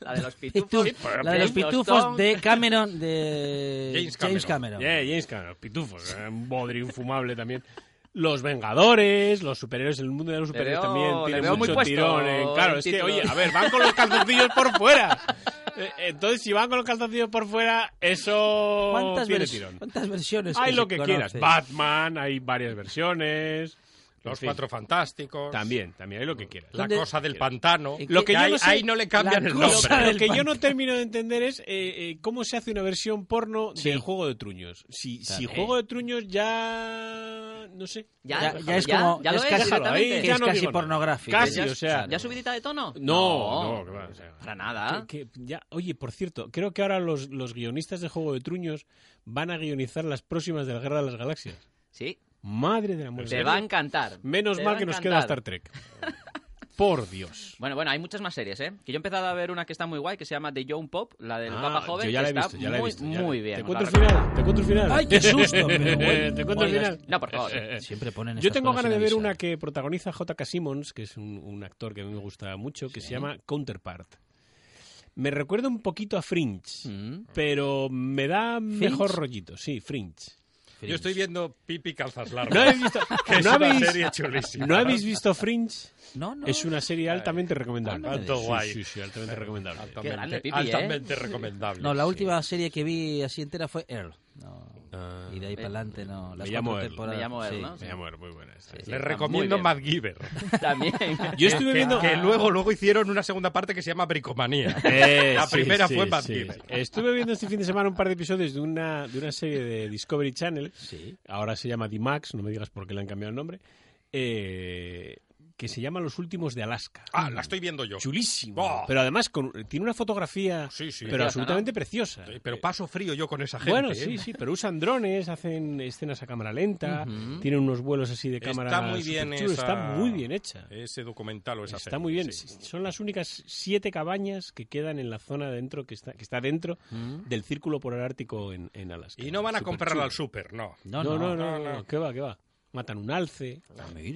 Speaker 6: La de los
Speaker 8: Pitu-
Speaker 6: pitufos.
Speaker 8: la de los pitufos de Cameron, de
Speaker 7: James
Speaker 8: Eh, James
Speaker 7: Cameron.
Speaker 8: Cameron.
Speaker 5: Yeah, James Cameron, los pitufos, eh, un bodrio infumable también. Los Vengadores, los superhéroes, el mundo de los superhéroes
Speaker 6: veo-
Speaker 5: también
Speaker 6: le
Speaker 5: tiene
Speaker 6: veo muy
Speaker 5: mucho
Speaker 6: puesto
Speaker 5: tirón. eh,
Speaker 6: el
Speaker 5: Claro, es que,
Speaker 6: título.
Speaker 5: oye, a ver, van con los calzoncillos por fuera. Eh, Entonces, si van con los calzoncillos por fuera, eso
Speaker 8: ¿Cuántas,
Speaker 5: tiene
Speaker 8: vers-
Speaker 5: tirón.
Speaker 8: cuántas versiones?
Speaker 5: Hay
Speaker 8: se
Speaker 5: lo que quieras.
Speaker 8: conocen?
Speaker 5: Batman, hay varias versiones.
Speaker 7: Los
Speaker 5: En fin,
Speaker 7: Cuatro Fantásticos.
Speaker 5: También, también hay lo que quieras.
Speaker 7: La
Speaker 8: ¿Dónde-
Speaker 7: cosa del pantano.
Speaker 8: ¿En
Speaker 5: Lo que yo
Speaker 7: ahí,
Speaker 5: no sé-
Speaker 7: ahí no le cambian
Speaker 8: la
Speaker 7: el
Speaker 8: cosa
Speaker 7: nombre.
Speaker 8: del-
Speaker 5: Lo que yo
Speaker 8: pan-
Speaker 5: no termino de entender es eh, eh, cómo se hace una versión porno
Speaker 8: Sí. Eh.
Speaker 5: del Juego de Truños. Si, si
Speaker 6: Claro.
Speaker 5: Juego de Truños ya... no sé.
Speaker 6: Ya,
Speaker 8: ya, ya es
Speaker 6: ya-
Speaker 8: como.
Speaker 6: ya lo
Speaker 8: es
Speaker 6: es
Speaker 8: casi,
Speaker 5: Déjalo ahí,
Speaker 6: directamente.
Speaker 8: que
Speaker 5: ya
Speaker 8: es
Speaker 5: no
Speaker 8: casi
Speaker 5: digo nada.
Speaker 8: pornográfico.
Speaker 5: Casi,
Speaker 8: Ya-
Speaker 5: o sea...
Speaker 6: ¿Ya subidita de tono?
Speaker 5: No, no, que va, o sea,
Speaker 6: Para nada.
Speaker 5: que- que ya- oye, por cierto, creo que ahora los, los guionistas de Juego de Truños van a guionizar las próximas de la Guerra de las Galaxias.
Speaker 6: Sí,
Speaker 5: Madre de la muerte.
Speaker 6: te va a encantar.
Speaker 5: Menos
Speaker 6: Te
Speaker 5: mal
Speaker 6: va
Speaker 5: que
Speaker 6: a
Speaker 5: nos queda
Speaker 6: encantar.
Speaker 5: Star Trek. Por Dios.
Speaker 6: Bueno, bueno, hay muchas más series, ¿eh? Que yo he empezado a ver una que está muy guay, que se llama The Young Pop, la del
Speaker 5: Ah,
Speaker 6: Papa Joven,
Speaker 5: yo ya la
Speaker 6: que
Speaker 5: he visto,
Speaker 6: está
Speaker 5: ya la he
Speaker 6: muy,
Speaker 5: visto, ya la-
Speaker 6: muy bien.
Speaker 5: Te
Speaker 6: os
Speaker 5: cuento el
Speaker 6: la recomiendo.
Speaker 5: final, te cuento el final.
Speaker 8: ¡Ay, qué susto! pero bueno.
Speaker 5: te cuento el
Speaker 8: Oigas,
Speaker 5: final.
Speaker 6: No, por favor.
Speaker 8: Siempre ponen
Speaker 5: Eh, Yo
Speaker 8: estas
Speaker 5: tengo
Speaker 8: cosas
Speaker 5: ganas de
Speaker 8: sin
Speaker 5: ver
Speaker 8: avisar.
Speaker 5: una que protagoniza J.K. Simmons, que es un, un actor que a mí me gusta mucho, que se llama Counterpart. Me recuerda un poquito a Fringe,
Speaker 8: Mm.
Speaker 5: pero me da mejor rollito. Sí, Fringe.
Speaker 7: Yo estoy viendo Pipi Calzas Largas.
Speaker 5: ¿No habéis visto,
Speaker 7: que es
Speaker 5: ¿no
Speaker 7: una
Speaker 5: habéis-
Speaker 7: serie chulísima.
Speaker 5: ¿no habéis visto Fringe?
Speaker 8: No, no.
Speaker 5: Es una serie altamente recomendable.
Speaker 8: Cuánto
Speaker 5: Sí,
Speaker 7: guay.
Speaker 5: Sí, sí, altamente recomendable.
Speaker 6: Qué grande,
Speaker 7: Altamente,
Speaker 6: Pipi,
Speaker 7: altamente recomendable.
Speaker 8: No, la última serie que vi así entera fue Earl. No. y de ahí
Speaker 6: eh,
Speaker 8: para adelante, no. Las
Speaker 5: Ah. me llamo
Speaker 8: cuatro
Speaker 5: Earl.
Speaker 8: temporadas,
Speaker 6: Me llamo Earl,
Speaker 8: sí.
Speaker 6: ¿no?
Speaker 5: Mi amor, muy buena esta.
Speaker 6: Sí, sí,
Speaker 7: Les
Speaker 6: está muy
Speaker 7: recomiendo
Speaker 6: bien.
Speaker 7: MacGyver.
Speaker 6: También.
Speaker 5: Yo estuve
Speaker 7: Que,
Speaker 5: viendo...
Speaker 7: que luego, luego hicieron una segunda parte que se llama Bricomanía.
Speaker 5: Eh,
Speaker 7: la
Speaker 5: sí,
Speaker 7: primera
Speaker 5: sí,
Speaker 7: fue
Speaker 5: sí.
Speaker 7: MacGyver.
Speaker 5: Estuve viendo este fin de semana un par de episodios de una, de una serie de Discovery Channel. Ahora se llama D-Max, no me digas por qué le han cambiado el nombre. eh, que se llama Los Últimos de Alaska.
Speaker 7: Ah, la estoy viendo yo.
Speaker 5: Chulísimo.
Speaker 7: Oh.
Speaker 5: Pero además con- tiene una fotografía
Speaker 7: Sí, sí.
Speaker 5: pero
Speaker 7: Preciosa,
Speaker 5: absolutamente preciosa.
Speaker 7: Pero paso frío yo con esa gente.
Speaker 5: Bueno,
Speaker 7: ¿eh?
Speaker 5: sí, sí, pero usan drones, hacen escenas a cámara lenta, tienen unos vuelos así de cámara
Speaker 7: Está muy bien
Speaker 5: superchulos,
Speaker 7: esa-
Speaker 5: está muy bien hecha.
Speaker 7: Ese documental o esa
Speaker 5: Está
Speaker 7: serie,
Speaker 5: muy bien.
Speaker 7: pues sí.
Speaker 5: Son las únicas siete cabañas que quedan en la zona dentro que está, que está dentro
Speaker 8: Mm.
Speaker 5: del círculo polar ártico en, en Alaska.
Speaker 7: Y no van a
Speaker 5: Superchulo.
Speaker 7: comprarla al súper, no.
Speaker 5: No, no, no, no,
Speaker 7: no,
Speaker 5: no,
Speaker 7: no.
Speaker 5: ¿Qué va, qué va? Matan un alce.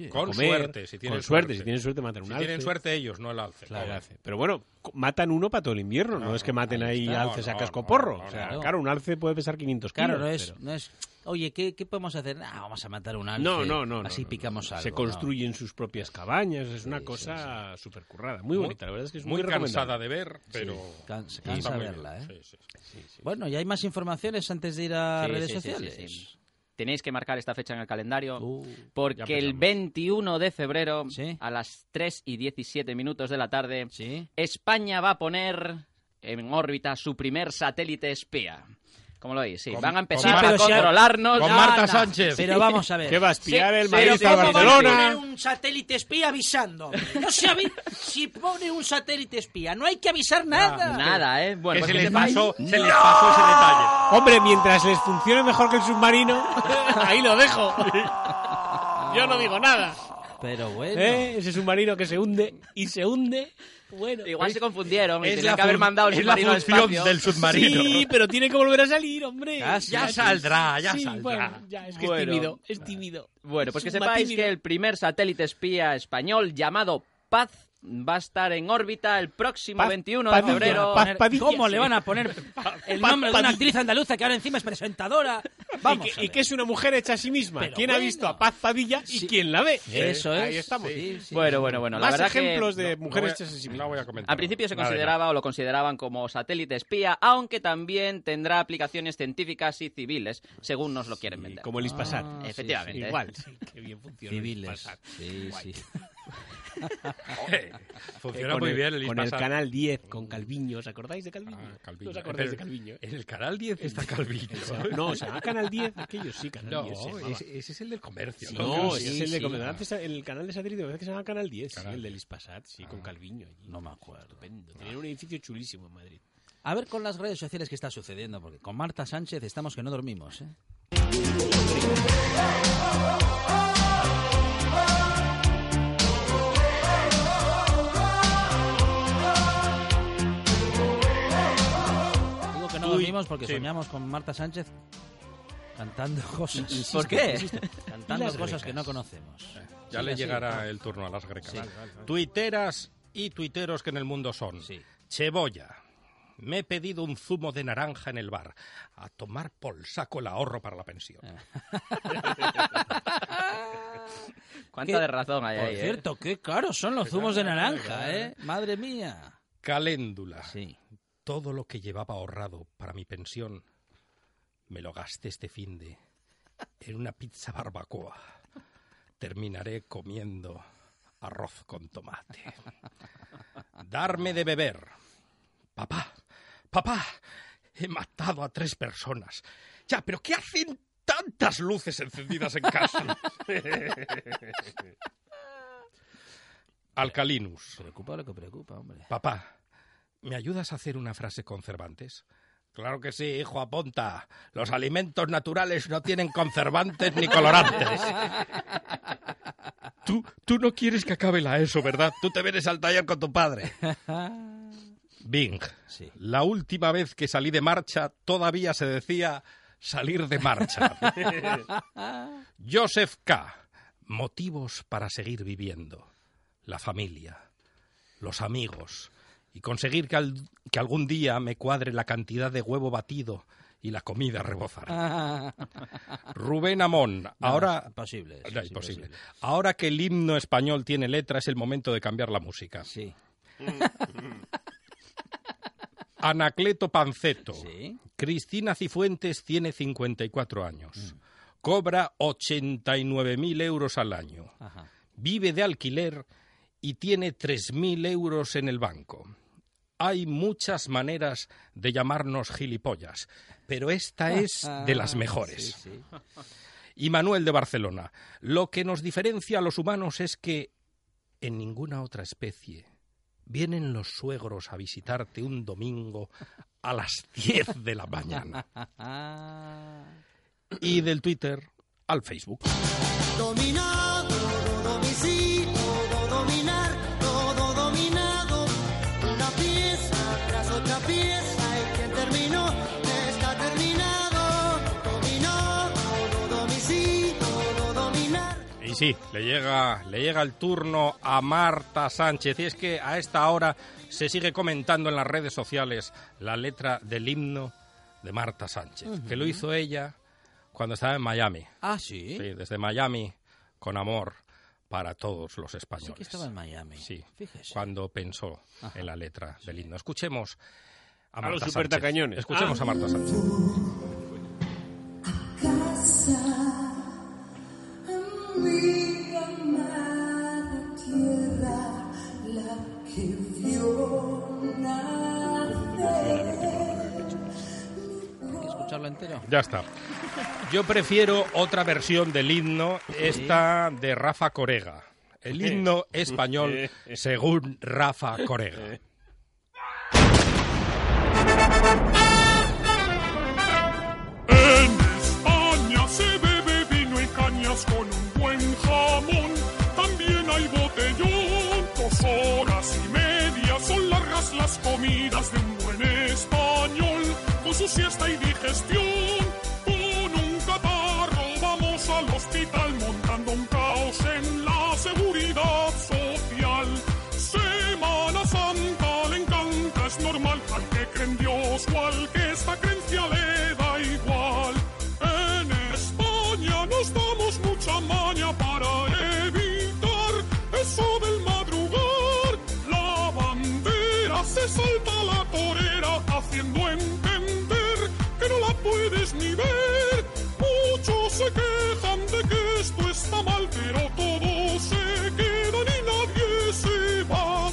Speaker 7: Con
Speaker 5: comer,
Speaker 7: suerte, si tienen
Speaker 5: con suerte,
Speaker 7: suerte.
Speaker 5: si tienen suerte matan un
Speaker 7: Si
Speaker 5: alce.
Speaker 7: tienen suerte ellos, no el alce.
Speaker 5: Claro,
Speaker 7: Pobre.
Speaker 5: alce. Pero bueno, co- matan uno para todo el invierno, no,
Speaker 7: No,
Speaker 5: es que maten ahí
Speaker 7: ahí está,
Speaker 5: alces a
Speaker 7: no,
Speaker 5: casco
Speaker 7: no,
Speaker 5: porro.
Speaker 7: no,
Speaker 5: o sea,
Speaker 8: no.
Speaker 5: claro, un alce puede pesar 500 kilos.
Speaker 8: Claro, no es,
Speaker 5: pero-
Speaker 8: no es. Oye, ¿qué, qué podemos hacer? Ah, vamos a matar un alce.
Speaker 5: No, no, no. no,
Speaker 8: Así
Speaker 5: no, no.
Speaker 8: picamos algo.
Speaker 5: Se
Speaker 8: no.
Speaker 5: construyen sus propias cabañas. Es una cosa súper currada. Muy, bonita, la verdad es que es muy,
Speaker 7: Muy cansada
Speaker 5: recomendable.
Speaker 7: de ver, pero...
Speaker 8: Can- se
Speaker 7: está
Speaker 8: cansa
Speaker 7: muy bien.
Speaker 8: verla, ¿eh?
Speaker 7: Sí, sí, sí.
Speaker 8: Bueno, ¿y hay más informaciones antes de ir a
Speaker 6: Sí,
Speaker 8: redes
Speaker 6: sí, Oh. sí,
Speaker 8: sociales?
Speaker 6: sí, sí. Tenéis que marcar esta fecha en el calendario.
Speaker 8: Uh,
Speaker 5: ya
Speaker 6: porque el
Speaker 5: empezamos.
Speaker 6: 21 de febrero,
Speaker 8: Sí.
Speaker 6: a las 3 y 17 minutos de la tarde,
Speaker 8: sí.
Speaker 6: España va a poner en órbita su primer satélite espía. ¿Cómo lo veis? Sí,
Speaker 7: Con-
Speaker 6: van a
Speaker 7: con
Speaker 6: empezar
Speaker 7: Marta-
Speaker 6: a controlarnos.
Speaker 7: con
Speaker 6: No,
Speaker 7: Marta
Speaker 6: no.
Speaker 7: Sánchez.
Speaker 8: Pero vamos a ver.
Speaker 5: ¿Qué va a espiar
Speaker 6: Sí,
Speaker 5: el
Speaker 6: sí,
Speaker 5: Madrid
Speaker 6: sí,
Speaker 5: a
Speaker 6: sí,
Speaker 8: ¿Cómo van a poner
Speaker 5: Barcelona?
Speaker 8: un satélite espía avisando? No se avi- si pone un satélite espía, no hay que avisar nada.
Speaker 6: Nada, ¿eh? Bueno,
Speaker 7: que
Speaker 6: pues
Speaker 7: se
Speaker 6: que
Speaker 7: les
Speaker 6: sepáis-
Speaker 7: pasó, se les pasó ese detalle.
Speaker 5: Hombre, mientras les funcione mejor que el submarino, ahí lo dejo. Yo no digo nada.
Speaker 8: Pero bueno.
Speaker 5: ¿Eh? Ese submarino que se hunde y se hunde. Bueno.
Speaker 6: Igual se confundieron y
Speaker 7: Es
Speaker 6: tenían
Speaker 7: la
Speaker 6: que haber
Speaker 7: fun-
Speaker 6: mandado el
Speaker 7: es la
Speaker 6: submarino al
Speaker 7: función
Speaker 6: espacio.
Speaker 7: del submarino.
Speaker 5: Sí, pero tiene que volver a salir, hombre.
Speaker 8: Casi,
Speaker 7: Ya
Speaker 8: casi.
Speaker 7: saldrá, ya
Speaker 5: Sí,
Speaker 7: saldrá.
Speaker 5: bueno, ya, es que es
Speaker 6: Bueno.
Speaker 5: tímido, es tímido.
Speaker 6: Bueno, pues que
Speaker 5: Es un
Speaker 6: sepáis
Speaker 5: matímido.
Speaker 6: que el primer satélite espía español llamado Paz va a estar en órbita el próximo
Speaker 5: Paz
Speaker 6: 21 de
Speaker 5: Padilla,
Speaker 6: febrero.
Speaker 5: Paz Padilla.
Speaker 8: ¿Cómo le van a poner el nombre de
Speaker 5: Padilla.
Speaker 8: una actriz andaluza que ahora encima es presentadora? Vamos.
Speaker 5: y,
Speaker 8: a
Speaker 5: que, y
Speaker 8: ver.
Speaker 5: que es una mujer hecha a sí misma.
Speaker 8: Pero
Speaker 5: ¿Quién ha
Speaker 8: bueno.
Speaker 5: visto a Paz Padilla y quién la ve?
Speaker 8: Eso
Speaker 5: Eh,
Speaker 8: es.
Speaker 5: Ahí estamos.
Speaker 8: Sí, sí.
Speaker 6: Bueno, bueno, bueno. La
Speaker 5: Más
Speaker 6: verdad que-
Speaker 5: ejemplos de
Speaker 7: No
Speaker 5: mujeres
Speaker 7: voy a-
Speaker 5: hechas a sí
Speaker 7: No
Speaker 5: mismas.
Speaker 7: voy a comentar.
Speaker 6: Al principio se
Speaker 7: Nada,
Speaker 6: consideraba o lo consideraban como satélite espía, aunque también tendrá aplicaciones científicas y civiles, según nos lo quieren
Speaker 5: Y
Speaker 6: vender.
Speaker 5: como el Ispasar.
Speaker 8: Ah,
Speaker 6: Efectivamente.
Speaker 5: Igual, sí, qué bien funciona. el
Speaker 8: Civiles.
Speaker 5: Ispasar.
Speaker 8: Sí, sí.
Speaker 7: nada.
Speaker 5: Eh,
Speaker 7: Funciona
Speaker 5: con
Speaker 7: muy
Speaker 5: el-
Speaker 7: bien el
Speaker 5: Con el
Speaker 7: Ispasar.
Speaker 5: canal 10, con Calviño. ¿Os acordáis de Calviño?
Speaker 7: Ah,
Speaker 5: ¿No
Speaker 7: Calviño.
Speaker 5: os acordáis de
Speaker 7: Pero-
Speaker 5: Calviño?
Speaker 7: En el canal 10 está
Speaker 5: O sea,
Speaker 7: Calviño.
Speaker 5: No, o sea, Canal 10, aquello sí, Canal
Speaker 7: No,
Speaker 5: 10. se llamaba.
Speaker 7: ese, ese es el del comercio.
Speaker 5: No,
Speaker 8: sí,
Speaker 5: ese es el de
Speaker 8: sí.
Speaker 5: Comedor. Antes el canal de satélite, me parece que se llama Canal 10, sí,
Speaker 7: Canal
Speaker 5: el del
Speaker 7: 10.
Speaker 5: Ispasat, sí, con Calviño. allí.
Speaker 8: Ah, No me acuerdo.
Speaker 5: Estupendo. Tenían un edificio chulísimo en Madrid.
Speaker 8: A ver con las redes sociales qué está sucediendo, porque con Marta Sánchez estamos que no dormimos, ¿eh? Digo que no dormimos porque
Speaker 7: sí.
Speaker 8: soñamos con Marta Sánchez cantando cosas.
Speaker 5: Insisto,
Speaker 8: ¿Por qué?
Speaker 5: insisto.
Speaker 8: Cantando
Speaker 5: Y las
Speaker 8: cosas
Speaker 5: grecas.
Speaker 8: que no conocemos.
Speaker 7: Ya
Speaker 8: Sí,
Speaker 7: le
Speaker 8: así,
Speaker 7: llegará
Speaker 8: ¿no?
Speaker 7: el turno a las grecas.
Speaker 8: Sí.
Speaker 7: Tuiteras y tuiteros que en el mundo son.
Speaker 8: Sí.
Speaker 7: Cebolla. Me he pedido un zumo de naranja en el bar. A tomar por saco el ahorro para la pensión.
Speaker 8: Ah.
Speaker 6: ¿Cuánta de razón hay
Speaker 8: Por
Speaker 6: ahí? eh?
Speaker 8: cierto, qué caros son los zumos de naranja, ¿eh? Madre mía.
Speaker 7: Caléndula.
Speaker 8: Sí.
Speaker 7: Todo lo que llevaba ahorrado para mi pensión me lo gasté este fin de en una pizza barbacoa. Terminaré comiendo arroz con tomate. Darme de beber. Papá, papá, he matado a tres personas. Ya, pero ¿qué hacen tantas luces encendidas en casa? Alcalinus.
Speaker 8: Preocupa lo que preocupa, hombre.
Speaker 7: Papá, ¿me ayudas a hacer una frase con Cervantes? Claro que sí, hijo, apunta. Los alimentos naturales no tienen conservantes ni colorantes. Tú, tú no quieres que acabe la ESO, ¿verdad? Tú te vienes al taller con tu padre. Bing.
Speaker 8: Sí.
Speaker 7: La última vez que salí de marcha todavía se decía salir de marcha. Joseph K. Motivos para seguir viviendo. La familia, los amigos y conseguir que, al- que algún día me cuadre la cantidad de huevo batido y la comida rebozar. Rubén Amón, ahora...
Speaker 8: Imposible. eso,
Speaker 7: Ah. No,
Speaker 8: es
Speaker 7: imposible. Ahora que el himno español tiene letra es el momento de cambiar la música.
Speaker 8: Sí.
Speaker 7: Anacleto Panceto.
Speaker 8: Sí.
Speaker 7: Cristina Cifuentes tiene 54
Speaker 8: Mm.
Speaker 7: años. Cobra 89.000 euros al año.
Speaker 8: Ajá.
Speaker 7: Vive de alquiler y tiene 3.000 euros en el banco. Hay muchas maneras de llamarnos gilipollas, pero esta es de las mejores.
Speaker 8: Sí, sí.
Speaker 7: Y Manuel de Barcelona. Lo que nos diferencia a los humanos es que en ninguna otra especie vienen los suegros a visitarte un domingo a las 10 de la mañana.
Speaker 8: Ah.
Speaker 7: Y del Twitter al Facebook.
Speaker 9: Dominado, todo dominar, todo dominado. Una pieza tras otra pieza y quien terminó está terminado. Dominado, todo dominar.
Speaker 7: Y sí, le llega, le llega el turno a Marta Sánchez. Y es que a esta hora se sigue comentando en las redes sociales la letra del himno de Marta Sánchez, que lo hizo ella cuando estaba en Miami.
Speaker 8: Ah, sí.
Speaker 7: Sí, desde Miami, con amor para todos los
Speaker 8: Sí
Speaker 7: españoles.
Speaker 8: que estaba en Miami.
Speaker 7: Sí,
Speaker 8: Fíjese.
Speaker 7: cuando pensó en la letra del himno. Escuchemos a Marta
Speaker 5: los
Speaker 7: Sánchez.
Speaker 5: supertacañones.
Speaker 7: Escuchemos
Speaker 5: Ah.
Speaker 7: a Marta Sánchez.
Speaker 11: Amiga amada tierra, la que vio nacer.
Speaker 8: Hay que escucharlo entero.
Speaker 7: Ya está. Yo prefiero otra versión del himno, esta de Rafa Corega. El himno español según Rafa Corega.
Speaker 12: En España se bebe vino y cañas con un buen jamón. También hay botellón, dos horas y media. Son largas las comidas de un buen español. Con su siesta y digestión, con un catarro vamos al hospital montando un caos en la seguridad social. Semana Santa le encanta, es normal al que cree en Dios o al que esta creencia le da igual. En España nos damos mucha maña para evitar eso del madrugar. La bandera se salta a la torera haciendo entender que no la puedes ni ver. Muchos se quejan de que esto está mal, pero todos se quedan y nadie se va.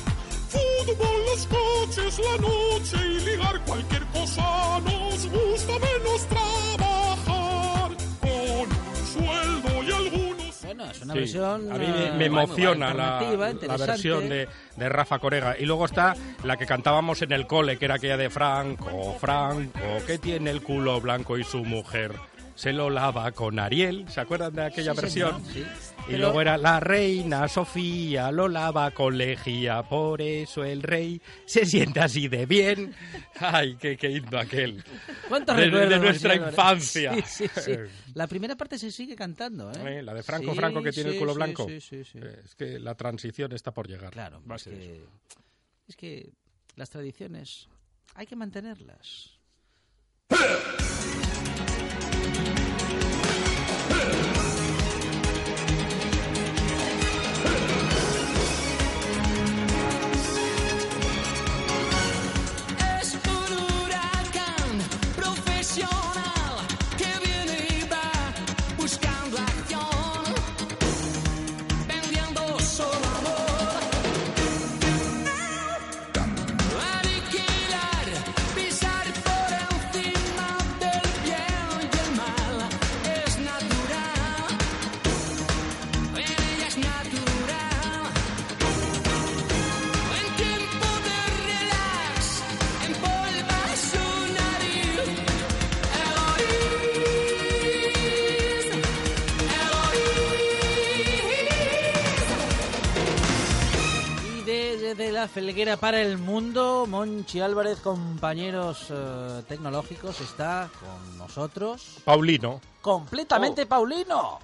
Speaker 12: Fútbol, los coches, la noche y ligar cualquier cosa nos gusta menos trabajar. Con un sueldo y algunos...
Speaker 8: Bueno, es una
Speaker 7: Sí.
Speaker 8: versión...
Speaker 7: A mí me,
Speaker 8: eh,
Speaker 7: me emociona
Speaker 8: alternativa,
Speaker 7: la, la
Speaker 8: interesante.
Speaker 7: versión de, de Rafa Corega. Y luego está la que cantábamos en el cole, que era aquella de Franco, Franco, que tiene el culo blanco y su mujer se lo lava con Ariel. ¿Se acuerdan de aquella
Speaker 8: Sí,
Speaker 7: versión?
Speaker 8: señor, sí.
Speaker 7: Y
Speaker 8: Pero-
Speaker 7: luego era la reina Sofía, lo lava con lejía, por eso el rey se siente así de bien. Ay, qué, qué himno aquel.
Speaker 8: ¿Cuántos
Speaker 7: de, de
Speaker 8: recuerdos,
Speaker 7: nuestra
Speaker 8: señores?
Speaker 7: infancia.
Speaker 8: Sí, sí, sí. La primera parte se sigue cantando, ¿eh?
Speaker 7: Eh, La de Franco
Speaker 8: Sí,
Speaker 7: Franco que tiene
Speaker 8: sí,
Speaker 7: el culo
Speaker 8: sí,
Speaker 7: blanco.
Speaker 8: Sí, sí, sí.
Speaker 7: Eh, Es que la transición está por llegar.
Speaker 8: Claro,
Speaker 7: Va a
Speaker 8: es
Speaker 7: ser eso.
Speaker 8: que, es que las tradiciones hay que mantenerlas.
Speaker 3: Es un huracán profesional que viene y va buscando acción, vendiendo su amor, aniquilar, pisar por encima del bien y el mal. Es natural, en ella es natural. En tiempo de relax, empolva su nariz. Eloís,
Speaker 8: Y desde la felguera para el mundo, Monchi Álvarez, compañeros eh, tecnológicos, está con nosotros.
Speaker 7: Paulino.
Speaker 8: Completamente Paulino.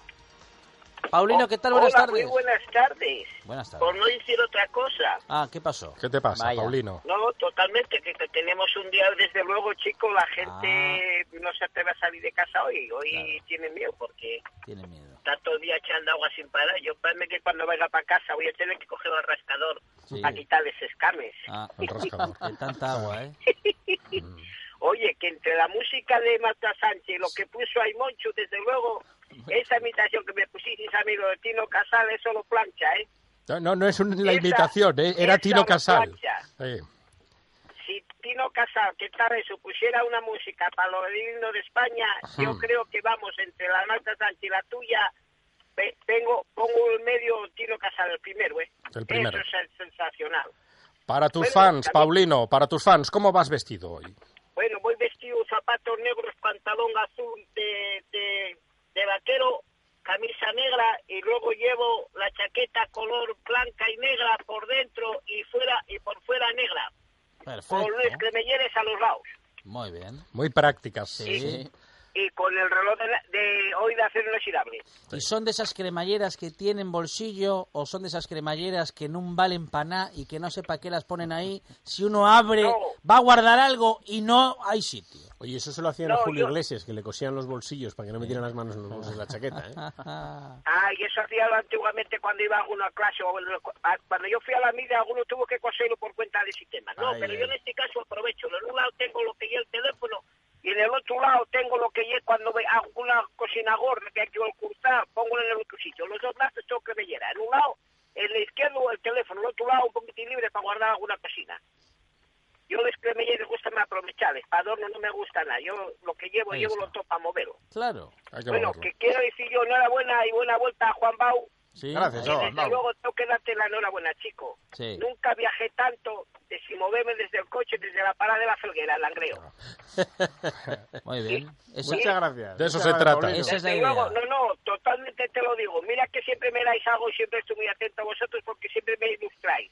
Speaker 8: Paulino, ¿qué tal? Buenas
Speaker 13: Oh. Hola,
Speaker 8: tardes.
Speaker 13: Muy buenas tardes.
Speaker 8: Buenas tardes.
Speaker 13: Por no decir otra cosa.
Speaker 8: Ah, ¿qué pasó?
Speaker 7: ¿Qué te pasa,
Speaker 8: Vaya.
Speaker 7: Paulino?
Speaker 13: No, totalmente, que, que tenemos un día, desde luego, chico, la gente
Speaker 8: Ah.
Speaker 13: no se atreve a salir de casa hoy. Hoy tiene miedo porque
Speaker 8: Tiene miedo.
Speaker 13: tanto día echando agua sin parar. Yo parece que cuando vaya para casa voy a tener que coger un rascador
Speaker 8: Sí.
Speaker 13: para quitarles escames.
Speaker 8: Ah,
Speaker 13: El rascador.
Speaker 8: de tanta agua, ¿eh?
Speaker 13: Oye, que entre la música de Marta Sánchez y lo que puso ahí Monchu, desde luego, esa imitación que me pusiste, amigo de Tino Casal, eso lo plancha, ¿eh?
Speaker 7: No, no, no es un- la
Speaker 13: Esa-
Speaker 7: imitación, eh, era
Speaker 13: esa
Speaker 7: Tino
Speaker 13: la
Speaker 7: Casal.
Speaker 13: plancha.
Speaker 7: Eh,
Speaker 13: si Tino Casal, que tal vez supusiera una música para lo del himno de España, yo
Speaker 7: Hmm.
Speaker 13: creo que vamos entre la Marta Sánchez y la tuya, pe- tengo, pongo en medio Tino Casal, el primero, ¿eh?
Speaker 7: El primero.
Speaker 13: Eso es sensacional.
Speaker 7: Para tus
Speaker 13: Bueno,
Speaker 7: fans,
Speaker 13: también-
Speaker 7: Paulino, para tus fans, ¿cómo vas vestido hoy?
Speaker 13: Bueno, voy vestido, zapatos negros, pantalón azul de, de, de vaquero, camisa negra y luego llevo la chaqueta color blanca y negra por dentro y fuera y por fuera negra,
Speaker 8: Perfecto.
Speaker 13: con los cremelleres a los lados.
Speaker 8: Muy bien.
Speaker 7: Muy prácticas.
Speaker 8: Sí.
Speaker 13: Y con el reloj de, la- de hoy de acero inoxidable.
Speaker 8: ¿Y son de esas cremalleras que tienen bolsillo o son de esas cremalleras que no valen para nada y que no sé para qué las ponen ahí? Si uno abre, va a guardar algo y no hay sitio.
Speaker 5: Oye, eso se lo hacían a
Speaker 13: No,
Speaker 5: Julio
Speaker 13: yo-
Speaker 5: Iglesias, que le cosían los bolsillos para que no metieran las manos en los bolsos de la chaqueta. ¿eh?
Speaker 13: Ah, y eso hacía antiguamente cuando iba a una clase. o el- a- Cuando yo fui a la media, alguno tuvo que coserlo por cuenta del sistema. No,
Speaker 14: Ay,
Speaker 13: pero
Speaker 14: ay.
Speaker 13: yo en este caso aprovecho. En un lado tengo lo que es el teléfono y en el otro lado tengo lo que es cuando ve- hago una cocina gorda que hay que ocultar, pongo en el otro sitio. Los dos
Speaker 3: pues
Speaker 13: lados tengo que me llenar. En un lado, en el izquierdo el teléfono, en el otro lado un poquitín libre para guardar alguna cocina.
Speaker 3: Yo los cremallers gusta más aprovecharles. Para adorno no me gusta nada. Yo lo que llevo,
Speaker 8: Ahí
Speaker 3: Pues llevo
Speaker 8: está.
Speaker 3: lo topo para moverlo.
Speaker 8: Claro.
Speaker 3: bueno, que quiero decir yo enhorabuena y buena vuelta a Juan Bau.
Speaker 8: Sí.
Speaker 3: Y desde luego tengo que darte la enhorabuena, chico.
Speaker 8: Sí.
Speaker 3: Nunca viajé tanto de sin moverme desde el coche, desde la parada de la felguera, Langreo.
Speaker 8: Muy bien. Esa-
Speaker 3: Muchas gracias.
Speaker 5: De eso se trata.
Speaker 8: Esa es la
Speaker 3: Desde
Speaker 8: idea.
Speaker 3: luego, no, no, totalmente te lo digo. Mira que siempre me dais algo, siempre estoy muy atento a vosotros porque siempre me ilustráis.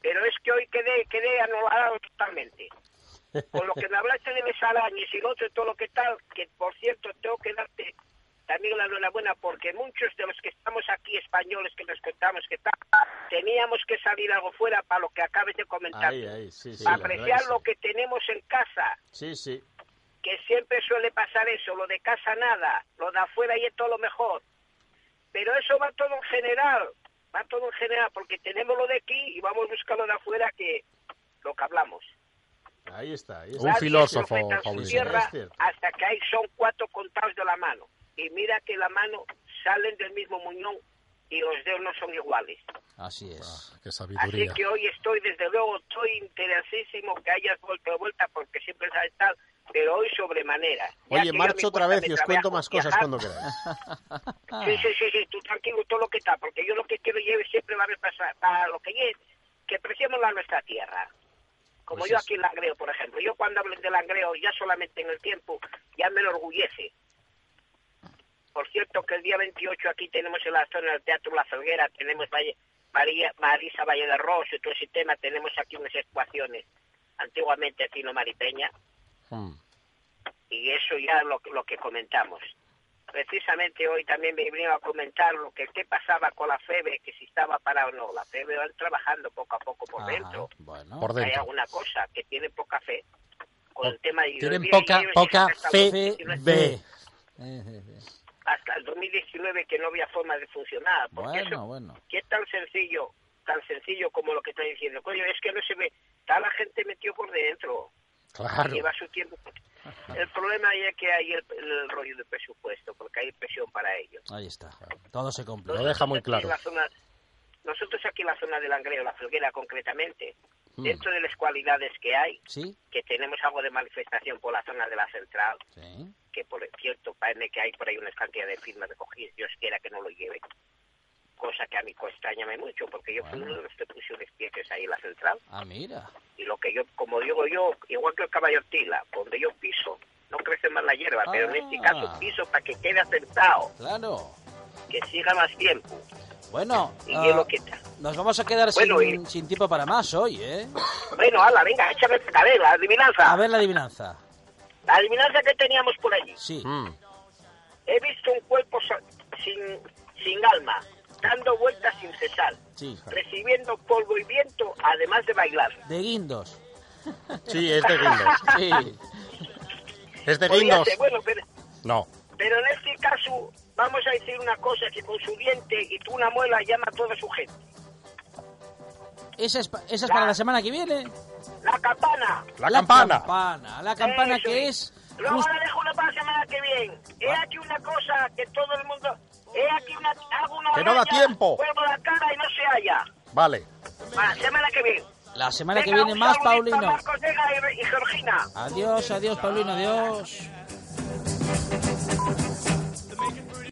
Speaker 3: Pero es que hoy quedé, quedé anulado totalmente. Con lo que me hablaste de Mesalañez y lo otro, y todo lo que tal, que por cierto tengo que darte también la enhorabuena porque muchos de los que estamos aquí españoles que nos contamos que tal, teníamos que salir algo fuera para lo que acabes de comentar.
Speaker 5: Ahí, ahí, sí, sí.
Speaker 3: para
Speaker 5: la verdad
Speaker 3: apreciar
Speaker 5: que
Speaker 3: lo que tenemos en casa,
Speaker 5: Sí, sí. sí.
Speaker 3: que siempre suele pasar eso, lo de casa nada, lo de afuera y es todo lo mejor. Pero eso va todo en general, va todo en general, porque tenemos lo de aquí y vamos buscando de afuera que lo que hablamos.
Speaker 5: Ahí está. Ahí está.
Speaker 3: Nadie profeta en su tierra
Speaker 5: Es cierto.
Speaker 3: hasta que ahí son cuatro contados de la mano. Y mira que la mano salen del mismo muñón y los dedos no son iguales.
Speaker 8: Así es.
Speaker 7: Qué
Speaker 3: Así
Speaker 7: sabiduría.
Speaker 3: que hoy estoy, desde luego, estoy interesísimo que hayas vuelto de vuelta porque siempre sabes tal, pero hoy sobremanera. Ya
Speaker 5: Oye,
Speaker 3: que yo
Speaker 5: marcho
Speaker 3: mi
Speaker 5: otra
Speaker 3: cuenta
Speaker 5: vez
Speaker 3: me
Speaker 5: y os
Speaker 3: trabajo,
Speaker 5: cuento más cosas
Speaker 3: viajar.
Speaker 5: cuando queráis.
Speaker 3: Sí, sí, sí, sí, tú tranquilo, todo lo que está, porque yo lo que quiero lleve siempre va a repasar, para lo que lleve, que apreciemos la nuestra tierra. Como
Speaker 5: Pues
Speaker 3: yo
Speaker 5: es-
Speaker 3: aquí en Langreo, por ejemplo. Yo cuando hablo de Langreo, ya solamente en el tiempo, ya me enorgullece. Por cierto, que el día 28 aquí tenemos en la zona del Teatro La Felguera, tenemos Valle- María, Marisa Valle de Rosso y todo ese tema, tenemos aquí unas ecuaciones, antiguamente Tino Maripeña,
Speaker 8: Mm.
Speaker 3: y eso ya lo, lo que comentamos. Precisamente hoy también me vinieron a comentar lo que qué pasaba con la FEBE, que si estaba parada o no. La FEBE va trabajando poco a poco por dentro.
Speaker 8: Bueno.
Speaker 7: Por dentro.
Speaker 3: Hay alguna cosa que tiene poca fe con el tema de
Speaker 7: Tienen
Speaker 3: hidrovía y
Speaker 7: poca,
Speaker 3: ellos
Speaker 7: poca
Speaker 3: hasta el
Speaker 7: fe
Speaker 3: 2019
Speaker 7: de...
Speaker 3: Hasta el 2019 que no había forma de funcionar. Porque eso
Speaker 8: Bueno, bueno.
Speaker 3: que es tan sencillo, tan sencillo como lo que está diciendo. Coño, es que no se ve, está la gente metió por dentro.
Speaker 7: Claro.
Speaker 3: Lleva su tiempo. El problema ahí es que hay el, el rollo de presupuesto, porque hay presión para ello.
Speaker 8: Ahí está. Todo se complica.
Speaker 3: Nosotros aquí en la zona- nosotros aquí en la zona del Langreo, la Felguera concretamente,
Speaker 8: Mm.
Speaker 3: dentro de las cualidades que hay,
Speaker 8: Sí.
Speaker 3: que tenemos algo de manifestación por la zona de la central,
Speaker 8: Sí.
Speaker 3: que por cierto, parece que hay por ahí una cantidad de firmas recogidas, Dios quiera que no lo lleven. Cosa que a mí extrañame mucho, porque yo fui uno de los que puso los pies ahí en la central.
Speaker 8: Ah, mira.
Speaker 3: Y lo que yo, como digo yo, igual que el caballo tila, donde yo piso, no crece más la hierba, pero en este caso piso para que quede asentado,
Speaker 8: Ah, Claro.
Speaker 3: que siga más tiempo.
Speaker 8: Bueno,
Speaker 3: Y
Speaker 8: ah,
Speaker 3: hielo quita.
Speaker 8: nos vamos a quedar
Speaker 3: Bueno,
Speaker 8: sin, sin tiempo para más hoy, ¿eh?
Speaker 3: Bueno, ala, venga, échame a ver, la adivinanza.
Speaker 8: A ver la adivinanza.
Speaker 3: La adivinanza que teníamos por allí.
Speaker 8: Sí.
Speaker 3: He visto un cuerpo so- sin, sin alma, dando vueltas sin cesar,
Speaker 8: Sí.
Speaker 3: recibiendo polvo y viento, además de bailar.
Speaker 8: De guindos.
Speaker 5: Sí, es de guindos.
Speaker 3: Ah.
Speaker 8: Sí.
Speaker 5: Es de
Speaker 3: Podría
Speaker 5: guindos.
Speaker 3: ser, bueno, pero,
Speaker 5: No.
Speaker 3: pero en este caso vamos a decir una cosa que con su diente y tú una muela llama a toda su gente.
Speaker 8: Esa es, pa- esa es para la semana que viene.
Speaker 3: La campana.
Speaker 5: La campana.
Speaker 8: campana. La campana
Speaker 3: Eso
Speaker 8: que
Speaker 3: es.
Speaker 8: es...
Speaker 3: Luego
Speaker 8: justo-
Speaker 3: ahora dejo una para la semana que viene. He aquí una cosa que todo el mundo... He aquí una... Hago una
Speaker 5: Que no da
Speaker 3: raya,
Speaker 5: tiempo.
Speaker 3: vuelvo la cara y no se halla.
Speaker 5: Vale.
Speaker 3: Para la semana que viene.
Speaker 8: La semana que
Speaker 3: Venga,
Speaker 8: viene
Speaker 3: un
Speaker 8: más,
Speaker 3: saludito a
Speaker 8: Paulino.
Speaker 3: Marcos Vega y- y Georgina.
Speaker 8: Adiós, adiós, Paulino, adiós.